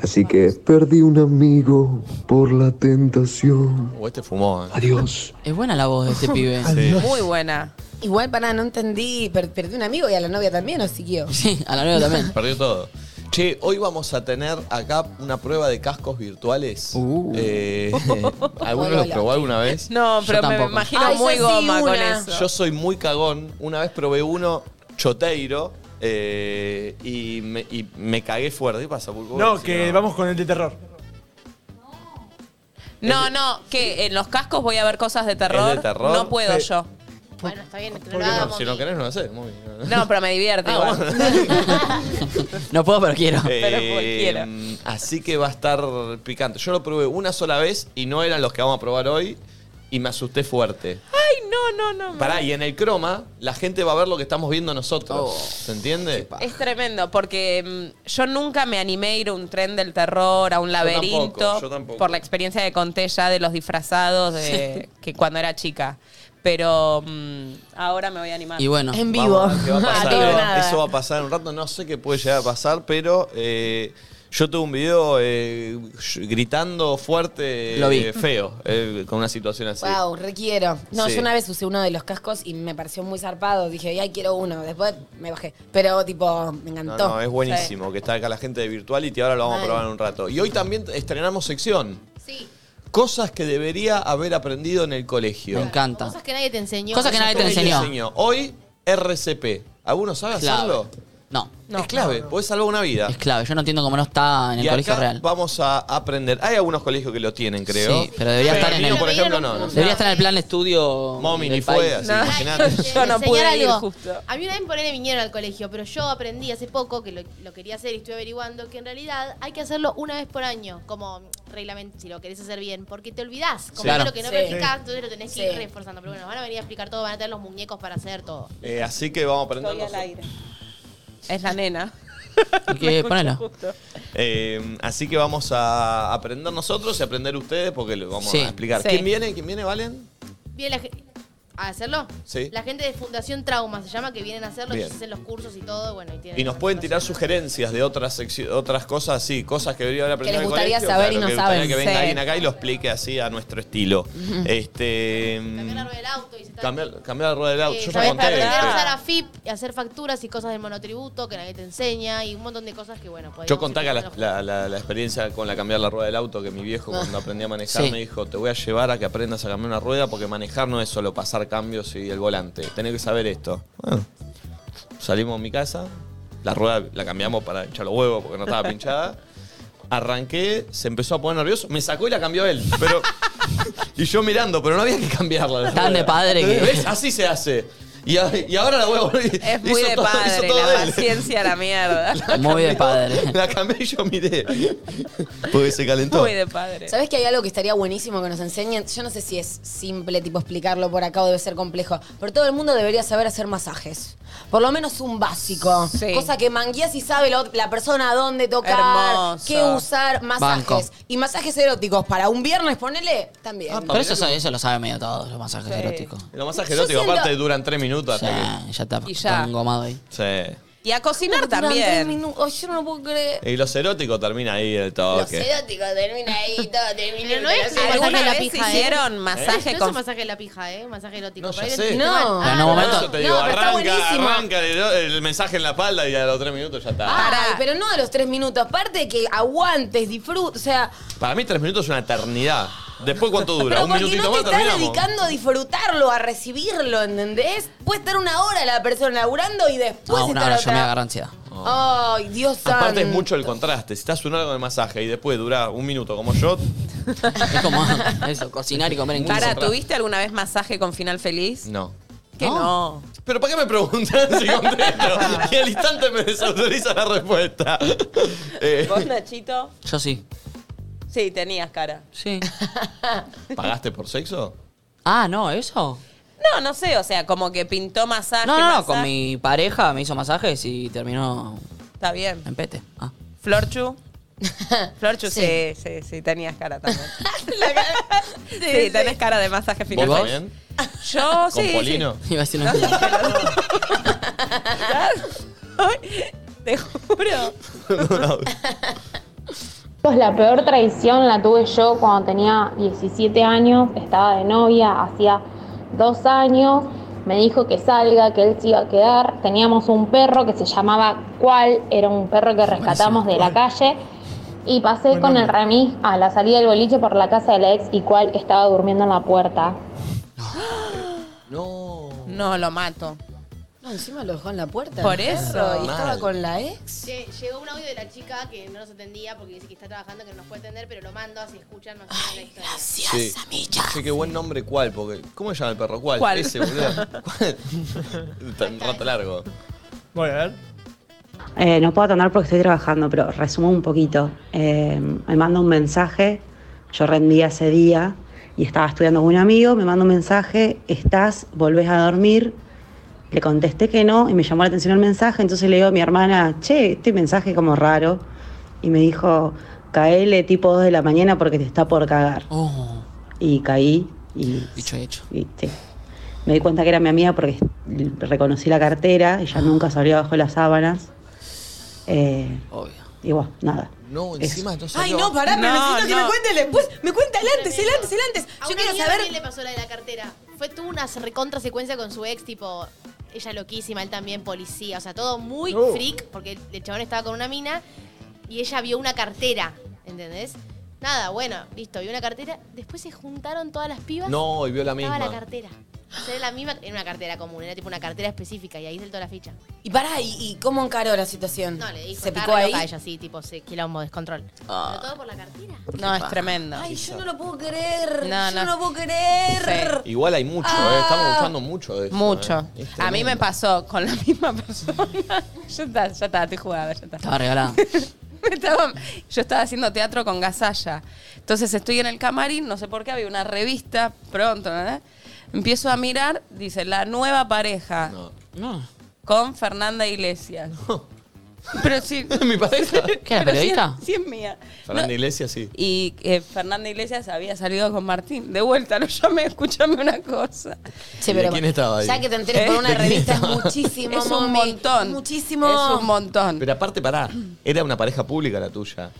O: Así que perdí un amigo por la tentación.
A: O este fumó. ¿eh?
O: Adiós.
B: Es buena la voz de este pibe.
A: Sí.
F: Muy buena.
C: Igual para no entendí, per- perdí un amigo y a la novia también, ¿o siguió?
B: Sí, a la nueva también.
A: Perdió todo. Che, hoy vamos a tener acá una prueba de cascos virtuales.
F: Uh.
A: Eh, ¿Alguno los probó alguna vez?
F: No,
B: Yo
F: pero me
B: tampoco.
F: imagino
C: Ay, yo
F: muy
C: sí,
F: goma con
C: una.
F: eso.
A: Yo soy muy cagón. Una vez probé uno choteiro eh, y, me, y me cagué fuerte. ¿Qué pasa, Pulpo?
E: No,
A: Si
E: que vamos con el de terror.
F: No, no, que en los cascos voy a ver cosas de terror.
A: ¿Es de terror?
F: No puedo
A: Sí.
F: yo.
G: Bueno, está bien,
A: No,
G: entrenamos.
A: si no querés, no lo sé. Muy bien.
F: No, pero me divierte
A: Ah,
F: igual.
B: No puedo, pero quiero.
F: Pero
A: Eh,
F: cualquiera.
A: así que va a estar picante. Yo lo probé una sola vez y no eran los que vamos a probar hoy y me asusté fuerte.
F: ¡Ay, no, no, no.
A: Pará, y en el croma, la gente va a ver lo que estamos viendo nosotros.
B: Oh.
A: ¿Se entiende?
F: Es tremendo, porque mm, yo nunca me animé a ir a un tren del terror, a un
A: Yo
F: laberinto,
A: tampoco, yo tampoco.
F: por la experiencia que conté ya de los disfrazados de, que cuando era chica. Pero mm, ahora me voy a animar.
B: Y bueno,
A: Vamos a ver qué va a pasar. Eso va a pasar en un rato. No sé qué puede llegar a pasar, pero eh, yo tuve un video eh, gritando fuerte,
B: Lo vi.
A: eh, feo, eh, con una situación así.
C: Wow, requiero. No,
A: Sí.
C: yo una vez usé uno de los cascos y me pareció muy zarpado. Dije, ay, quiero uno. Después me bajé. Pero, tipo, me
A: No,
C: encantó.
A: no, es buenísimo que está acá la gente de Virtuality. Ahora lo vamos
C: Mal.
A: a probar en un rato. Y hoy también estrenamos sección.
G: Sí.
A: Cosas que debería haber aprendido en el colegio.
B: Me encanta.
G: Cosas que nadie te enseñó.
B: Cosas que nadie te
A: Hoy
B: enseñó.
A: Hoy, RCP. ¿Alguno sabe
B: Clave.
A: hacerlo?
B: No.
A: es clave, podés salvar una vida.
B: Es clave. Yo no entiendo cómo no está en el
A: y
B: colegio
A: acá
B: real.
A: vamos a aprender. Hay algunos colegios que lo tienen, creo.
B: Sí, pero debería estar en
A: mío,
B: el-
A: por ejemplo, no. no sé.
B: Debería estar en el plan de estudio.
A: Mommy
B: del
A: ni fue, así,
B: país.
G: No.
A: imagínate.
F: Yo no pude
G: Enseñar
F: ir
G: algo.
F: justo.
G: A mí una vez por él vinieron al colegio, pero yo aprendí hace poco, que lo, lo quería hacer y estuve averiguando, que en realidad hay que hacerlo una vez por año, como reglamento, si lo querés hacer bien, porque te olvidás. Como
A: Sí. Claro.
G: es lo que no
C: Sí.
G: practicás, entonces lo tenés que ir
C: Sí.
G: reforzando. Pero bueno, van a venir a explicar todo, van a tener los muñecos para hacer todo.
A: Eh, así que vamos a aprender.
F: Estoy al aire. Es la nena.
B: Que ponela.
A: Eh, así que vamos a aprender nosotros y aprender ustedes porque lo vamos
B: Sí.
A: a explicar.
B: Sí.
A: ¿Quién viene? ¿Quién viene, Valen?
G: Bien, la ge- ¿A hacerlo?
A: Sí.
G: La gente de Fundación Trauma se llama, que vienen a hacerlo,
A: Bien.
G: ellos hacen los cursos y todo, bueno, y tienen...
A: Y nos pueden tirar sugerencias de otras secci- otras cosas, sí, cosas que debería haber aprendido
G: les
A: en el
G: gustaría
A: colegio,
G: saber y
A: claro,
G: no
A: que gustaría
G: saben.
A: Que venga
G: Sí.
A: alguien acá y lo explique así a nuestro estilo. este, cambiar la rueda
G: del auto y se está...
A: Cambiar, la rueda del auto.
G: Eh,
A: Yo ya
G: también
A: conté.
G: para aprender a
A: este.
G: usar a FIP y hacer facturas y cosas del monotributo que nadie te enseña y un montón de cosas que, bueno, podríamos
A: Yo conté acá la,
G: ir
A: la- la- la experiencia con la cambiar la rueda del auto que mi viejo cuando aprendí a manejar
B: Sí.
A: me dijo, te voy a llevar a que aprendas a cambiar una rueda porque manejar no es solo pasar cambios y el volante, tenés que saber esto. Bueno, salimos de mi casa, la rueda la cambiamos para echar los huevos porque no estaba pinchada. Arranqué, se empezó a poner nervioso, me sacó y la cambió él. Pero, y yo mirando, pero no había que cambiarla. la
B: Tan de
A: rueda.
B: padre que-
A: ¿Ves? Así se hace. Y, a- y ahora la voy a volver.
F: Es muy
A: hizo
F: de
A: todo- hizo
F: padre,
A: todo
F: la
A: él.
F: paciencia a la mierda.
B: Muy de padre.
A: La cambié y yo miré. Porque se calentó.
F: Muy de padre.
C: ¿Sabes que hay algo que estaría buenísimo que nos enseñen? Yo no sé si es simple, tipo explicarlo por acá o debe ser complejo, pero todo el mundo debería saber hacer masajes. Por lo menos un básico.
F: Sí.
C: Cosa que manguías y sabe la, ot- la persona dónde tocar,
F: Hermoso.
C: qué usar, masajes.
B: Banco.
C: Y masajes eróticos para un viernes, ponele, también.
F: Ah,
B: Pero eso, eso lo sabe medio todos los masajes eróticos.
A: Los masajes
C: Yo
A: eróticos,
C: siento-
A: aparte, duran tres minutos hasta
B: Ya, ya está
F: Y ya.
B: engomado ahí.
A: que. Sí.
F: Y a cocinar también.
C: yo no lo puedo creer.
A: Y los eróticos termina ahí el
C: Los
A: toque.
C: eróticos termina ahí, todo termina.
G: Pero no es un masaje
F: ¿Alguna
G: de la
F: vez
G: pija, ¿eh?
F: hicieron masaje
G: No es
F: con
G: un masaje de la pija, ¿eh? Un masaje erótico.
A: No,
G: Por ahí
A: ya
G: lo
A: sé.
G: entiendo
C: No.
G: mal.
B: Pero en un
A: Por eso
B: momento.
A: te digo,
C: No, pero está
A: arranca,
C: buenísimo. Ah.
A: arranca el, el mensaje en la espalda y a los tres minutos ya está.
C: Ay, pero no de los tres minutos. Aparte que aguantes, disfrutes, o sea...
A: Para mí tres minutos es una eternidad. Después cuánto dura,
C: Pero
A: un
C: porque
A: minutito
C: no te
A: más
C: estás
A: terminamos.
C: dedicando a disfrutarlo, a recibirlo, ¿entendés? Puede estar una hora la persona laburando y después
B: No, una
C: estar
B: hora yo me
C: otra.
B: agarro ansiedad.
C: Ay, Dios santo.
A: Aparte es mucho el contraste. Si estás una hora con el masaje y después dura un minuto como yo,
B: Es como eso, cocinar y comer en
F: Para,
B: casa.
F: ¿tuviste alguna vez masaje con final feliz?
A: no.
F: Que no.
A: Pero ¿para qué me preguntan si contesto? Y al instante me desautoriza la respuesta. Eh,
F: ¿Vos, Nachito?
B: Yo sí.
F: Sí, tenías cara.
B: Sí.
A: ¿Pagaste por sexo?
B: Ah, no, eso.
F: No, no sé, o sea, como que pintó masaje.
B: No, no, no,
F: masaje.
B: con mi pareja me hizo masajes y terminó
F: Está bien.
B: en pete. Ah.
F: Florchu. Florchu, sí.
C: Sí.
F: sí, sí, tenías cara también. sí, tenés cara de masaje
A: ¿Vos
F: final feliz.
A: también?
F: Yo, sí.
A: ¿Con
F: sí.
A: Polino?
B: Iba a decir una
F: No, sí, pero- Te juro.
L: Pues la peor traición la tuve yo cuando tenía 17 años, estaba de novia, hacía dos años, me dijo que salga, que él se iba a quedar, teníamos un perro que se llamaba Cual, era un perro que rescatamos de la calle y pasé con el remis a la salida del boliche por la casa de la ex y Cual estaba durmiendo en la puerta.
A: No.
F: No, lo mato.
C: No, encima lo dejó en la puerta.
F: Por
C: el perro,
F: eso.
C: Y estaba
A: Mal.
C: con la ex.
G: Che, llegó un audio de la chica que no nos atendía porque dice que está trabajando, que no nos puede atender, pero lo mando, así escuchan, nos hacen la historia.
A: Sí. Che, qué buen nombre, ¿cuál? Porque, ¿Cómo se llama el perro? ¿Cuál?
F: ¿Cuál?
A: Ese, boludo. ¿Cuál? Tan rato largo.
E: Voy a ver.
P: Eh, no puedo atender porque estoy trabajando, pero resumo un poquito. Eh, me manda un mensaje, yo rendí ese día y estaba estudiando con un amigo, me manda un mensaje, estás, volvés a dormir. Le contesté que no y me llamó la atención el mensaje, entonces le digo a mi hermana, che, este mensaje es como raro. Y me dijo, caele tipo 2 de la mañana porque te está por cagar. Oh. Y caí y...
B: hecho.
P: Viste. Me di cuenta que era mi amiga porque reconocí la cartera, ella nunca salió abajo de las sábanas. Eh, Y bueno, nada.
A: No, encima no
C: Ay, no, pará, pero
P: No,
C: necesito que
P: no.
C: me cuente el después. Me cuenta el antes, el antes, el antes.
G: A una
C: Yo quiero
G: amiga
C: saber.
G: también le pasó la de la cartera. Fue tuvo una recontra secuencia con su ex, tipo, ella loquísima, él también policía. O sea, todo muy
C: No.
G: freak, porque el chabón estaba con una mina y ella vio una cartera, ¿entendés? Nada, bueno, listo, vio una cartera. Después se juntaron todas las pibas.
A: No, y vio la
G: Estaba
A: misma.
G: la cartera. O sea, era la misma, era una cartera común, era tipo una cartera específica y ahí saltó la ficha.
C: Y pará, ¿y, y cómo encaró la situación?
G: No, le dijo,
C: ¿Se
G: "Estaba
C: picó
G: re
C: ahí?
G: loca ella, sí, tipo, se, quilombo, descontrol.
A: Ah.
G: Pero todo por la cartera.
F: No, es tremendo.
C: Ay, yo no lo puedo creer.
F: No,
C: yo no
F: no.
C: lo puedo creer.
A: Igual hay mucho, eh. Estamos buscando mucho de eso.
F: Ah. Mucho.
A: eh. Es
F: A mí me pasó con la misma persona. ya está, ya está, estoy jugada, ya está.
B: Estaba regalada.
F: Me estaba- yo estaba haciendo teatro con Gazalla. Entonces estoy en el camarín, no sé por qué, había una revista pronto, ¿verdad? Empiezo a mirar, dice, la nueva pareja.
B: No.
F: Con Fernanda Iglesias. Pero sí.
A: Mi pareja.
F: ¿Qué,
A: era, periodista?
F: Sí, es mía.
A: Fernanda Iglesias, sí.
F: Y eh, Fernanda Iglesias había salido con Martín. De vuelta, lo llamé, escúchame una cosa.
A: Sí, ¿Y de pero quién estaba ahí?
C: Ya que te enteres
B: ¿Eh?
C: por una
A: ¿De quién
C: revista es
A: estaba?
C: muchísimo,
F: Es un
C: mami.
F: montón.
C: Muchísimo.
F: Es un montón.
A: Pero aparte, pará, era una pareja pública la tuya.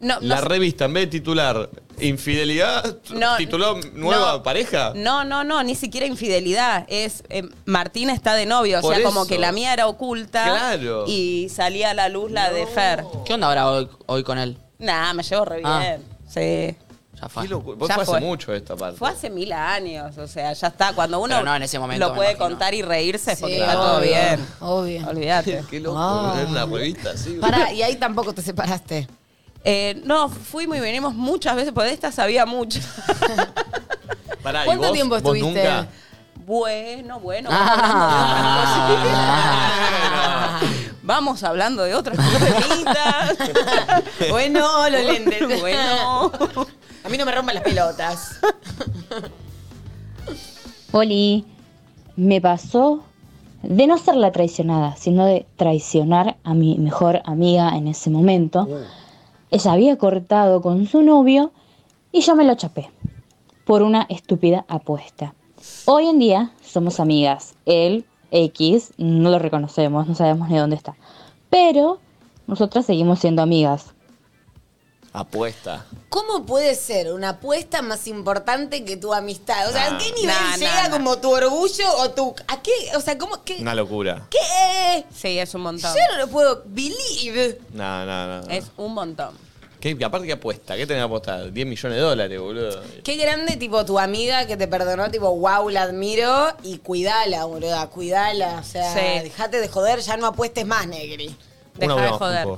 F: No,
A: La
F: no,
A: revista, en vez de titular Infidelidad, t-
F: No,
A: tituló Nueva
F: no.
A: Pareja.
F: No, no, no, ni siquiera infidelidad. Es eh, Martina está de novio, o
A: Por
F: sea, como
B: eso.
F: que la mía era oculta.
B: Claro.
F: Y salía a la luz la de Fer.
B: ¿Qué onda ahora hoy, hoy con él?
F: Nah, me llevo re bien.
B: Ah.
F: Sí.
B: Ya fue.
A: Qué locu- Vos
F: Ya
A: fue hace
F: fue.
A: mucho esta parte.
F: Fue hace mil años, o sea, ya está. Cuando uno
B: Pero no en ese momento,
F: lo
B: me
F: puede
B: imagino.
F: contar y reírse es porque
B: Sí,
F: está todo
B: obvio,
F: bien.
C: Obvio.
F: Olvídate.
A: Qué loco,
C: Ah.
A: era una revista así.
C: Pará, y ahí tampoco te separaste.
F: Eh, no, fuimos y venimos muchas veces, porque de esta sabía mucho.
A: Pará, ¿y
F: ¿Cuánto
A: vos-
F: tiempo
A: vos
F: estuviste?
A: nunca?
F: Bueno, bueno.
A: Ah.
F: vamos hablando de
C: Ah.
F: otras cositas. Vamos hablando de otras cositas.
C: bueno, los lentes.
F: Bueno.
C: A mí no me rompan las pelotas.
Q: Oli, me pasó de no ser la traicionada, sino de traicionar a mi mejor amiga en ese momento. Ella había cortado con su novio y yo me lo chapé por una estúpida apuesta. Hoy en día somos amigas. Él, X, no lo reconocemos, no sabemos ni dónde está. Pero nosotras seguimos siendo amigas.
A: Apuesta.
C: ¿Cómo puede ser una apuesta más importante que tu amistad? O sea, ¿a qué
A: Nah.
C: nivel
A: Nah,
C: llega
A: nah, nah.
C: como tu orgullo o tu. ¿A qué? O sea, ¿cómo? ¿Qué?
A: Una locura.
C: ¿Qué?
F: Sí, es un montón.
C: Yo no lo puedo believe.
A: No, no, no.
F: Es un montón.
A: ¿Qué, aparte, ¿qué apuesta? ¿Qué tenés que apostar? 10 millones de dólares, boludo.
C: Qué grande, tipo, tu amiga que te perdonó, tipo, wow, la admiro y cuidala, boluda, cuidala. O sea,
F: Sí.
C: dejate de joder, ya no apuestes más, negri.
F: Deja de joder.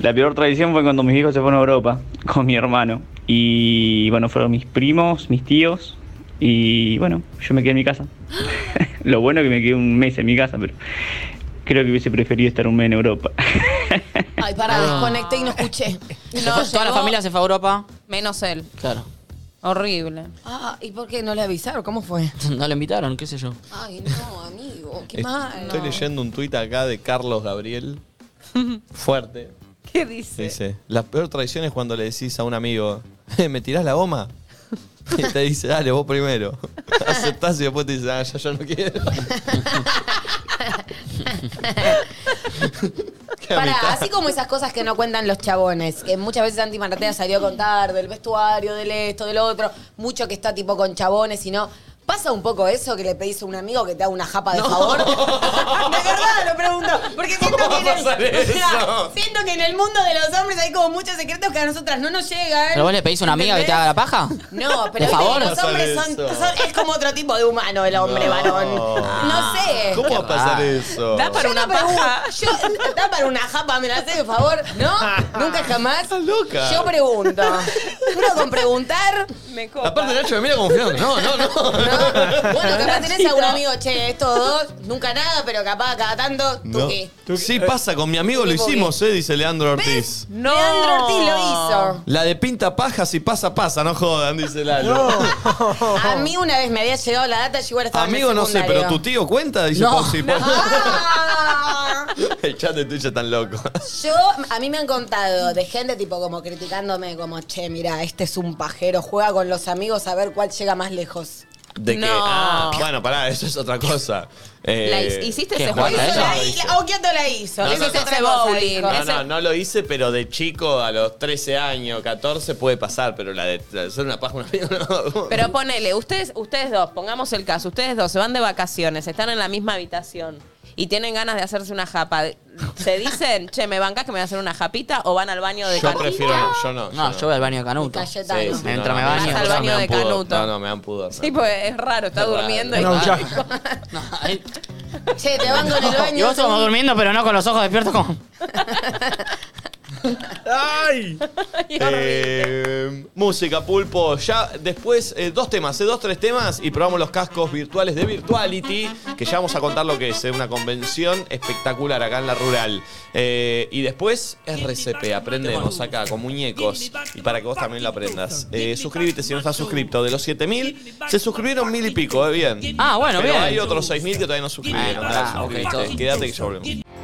R: La peor tradición fue cuando mis hijos se fueron a Europa con mi hermano. Y bueno, fueron mis primos, mis tíos. Y bueno, yo me quedé en mi casa. Lo bueno es que me quedé un mes en mi casa, pero creo que hubiese preferido estar un mes en Europa.
C: Ay, pará,
B: Ah.
C: desconecté y no escuché.
B: Se fue- toda la familia se fue a Europa.
F: Menos él.
B: Claro.
F: Horrible.
C: Ah, ¿y por qué no le avisaron? ¿Cómo fue?
B: No lo invitaron, qué sé yo.
C: Ay, no, amigo, qué
A: Est-
C: mal.
A: Estoy leyendo un tuit acá de Carlos Gabriel. Fuerte.
F: ¿Qué dice?
A: Dice, la peor traición es cuando le decís a un amigo, "Eh, ¿me tirás la goma? Y te dice, dale, vos primero. Aceptás y después te dice, ah, ya yo no quiero. Qué
C: Para,
A: amistad.
C: así como esas cosas que no cuentan los chabones, que muchas veces Santi Maratea salió a contar del vestuario, del esto, del otro, mucho que está tipo con chabones y no. ¿Pasa un poco eso que le pedís a un amigo que te haga una japa de favor? De verdad lo pregunto. Porque siento
H: ¿Cómo
C: que, en
H: va a
C: el,
H: pasar eso?
C: Mira, siento que en el mundo de los hombres hay como muchos secretos que a nosotras no nos llegan.
B: ¿Pero vos le pedís a una amiga que te haga la paja?
C: No,
B: ¿De
C: pero viste que
B: favor?
C: los hombres son,
B: Pasa eso.
C: son- Es como otro tipo de humano el hombre
A: No.
C: varón. No sé.
A: ¿Cómo va a pasar eso?
C: Yo
F: Ah,
C: no pregunto, Yo, da para una japa, me la hace de favor. ¿No? Nunca jamás.
A: loca.
C: Yo pregunto. Duro con preguntar.
F: Me
A: Aparte Nacho me mira como fiado. No, no, no.
C: Bueno, capaz tenés a un amigo, che, estos dos, nunca nada, pero capaz cada tanto, tú
A: No.
C: qué.
A: Sí, pasa, con mi amigo lo
C: Tuki.
A: hicimos, eh, dice Leandro Ortiz.
C: No. Leandro Ortiz lo hizo.
A: La de pinta paja, si pasa, pasa, no jodan, dice Lalo.
C: A mí una vez me había llegado la data, yo igual estaba
A: Amigo,
C: en el
A: no sé, pero
C: secundario.
A: tu tío cuenta, dice
C: No.
A: Ponzi. El chat de Twitch es tan loco.
C: Yo, a mí me han contado de gente tipo como criticándome, como, che, mira, este es un pajero, juega con los amigos a ver cuál llega más lejos.
A: De que,
C: No.
A: ah, bueno, pará, eso es otra cosa. Eh,
F: La hi- hiciste
A: ¿qué
F: ese
A: juega
F: juego?
A: eso?
F: Hizo la
A: No,
F: hi-
A: hice.
C: ¿O quién te la hizo?
A: No,
F: Eso
A: no,
F: es
A: no.
F: otra cosa,
C: Bowling.
F: dijo.
A: No,
F: Ese-
A: no, no lo hice, pero de chico, a los 13 años, 14, puede pasar, pero la de la de hacer una paja una no.
F: Pero ponele, ustedes, ustedes dos, pongamos el caso, ustedes dos se van de vacaciones, están en la misma habitación y tienen ganas de hacerse una japa. ¿Se dicen, che, me bancas que me voy a hacer una japita o van al baño de
A: Yo
F: Canuto?
A: prefiero, yo no.
B: No, yo voy al baño de Canuto.
F: De Cayetano.
A: Sí, sí,
B: Entra, me
A: no,
B: baño.
A: no,
F: Vas al
A: no,
F: baño
A: me dan
F: de
A: pudor.
F: Canuto.
A: No, no, me dan pudor.
F: Sí, pues es raro, está
A: Raro.
F: durmiendo y.
A: No, ya.
C: Che, te van con el
B: Y
C: baño.
B: vos estamos durmiendo, pero no con los ojos despiertos como...
A: ¡Ay! Eh, música, pulpo. Ya después, eh, dos temas, eh, dos, tres temas y probamos los cascos virtuales de Virtuality, que ya vamos a contar lo que es, eh, una convención espectacular acá en la rural. Eh, y después es RCP, aprendemos acá con muñecos y para que vos también lo aprendas. Eh, suscríbete si no estás suscripto. De los 7000, se suscribieron mil y pico, eh, bien.
B: Ah, bueno,
A: Pero
B: bien.
A: hay otros 6000 que todavía no suscribieron.
B: Ah, ok,
A: Suscríbete,
B: todo.
A: Quédate que ya volvemos.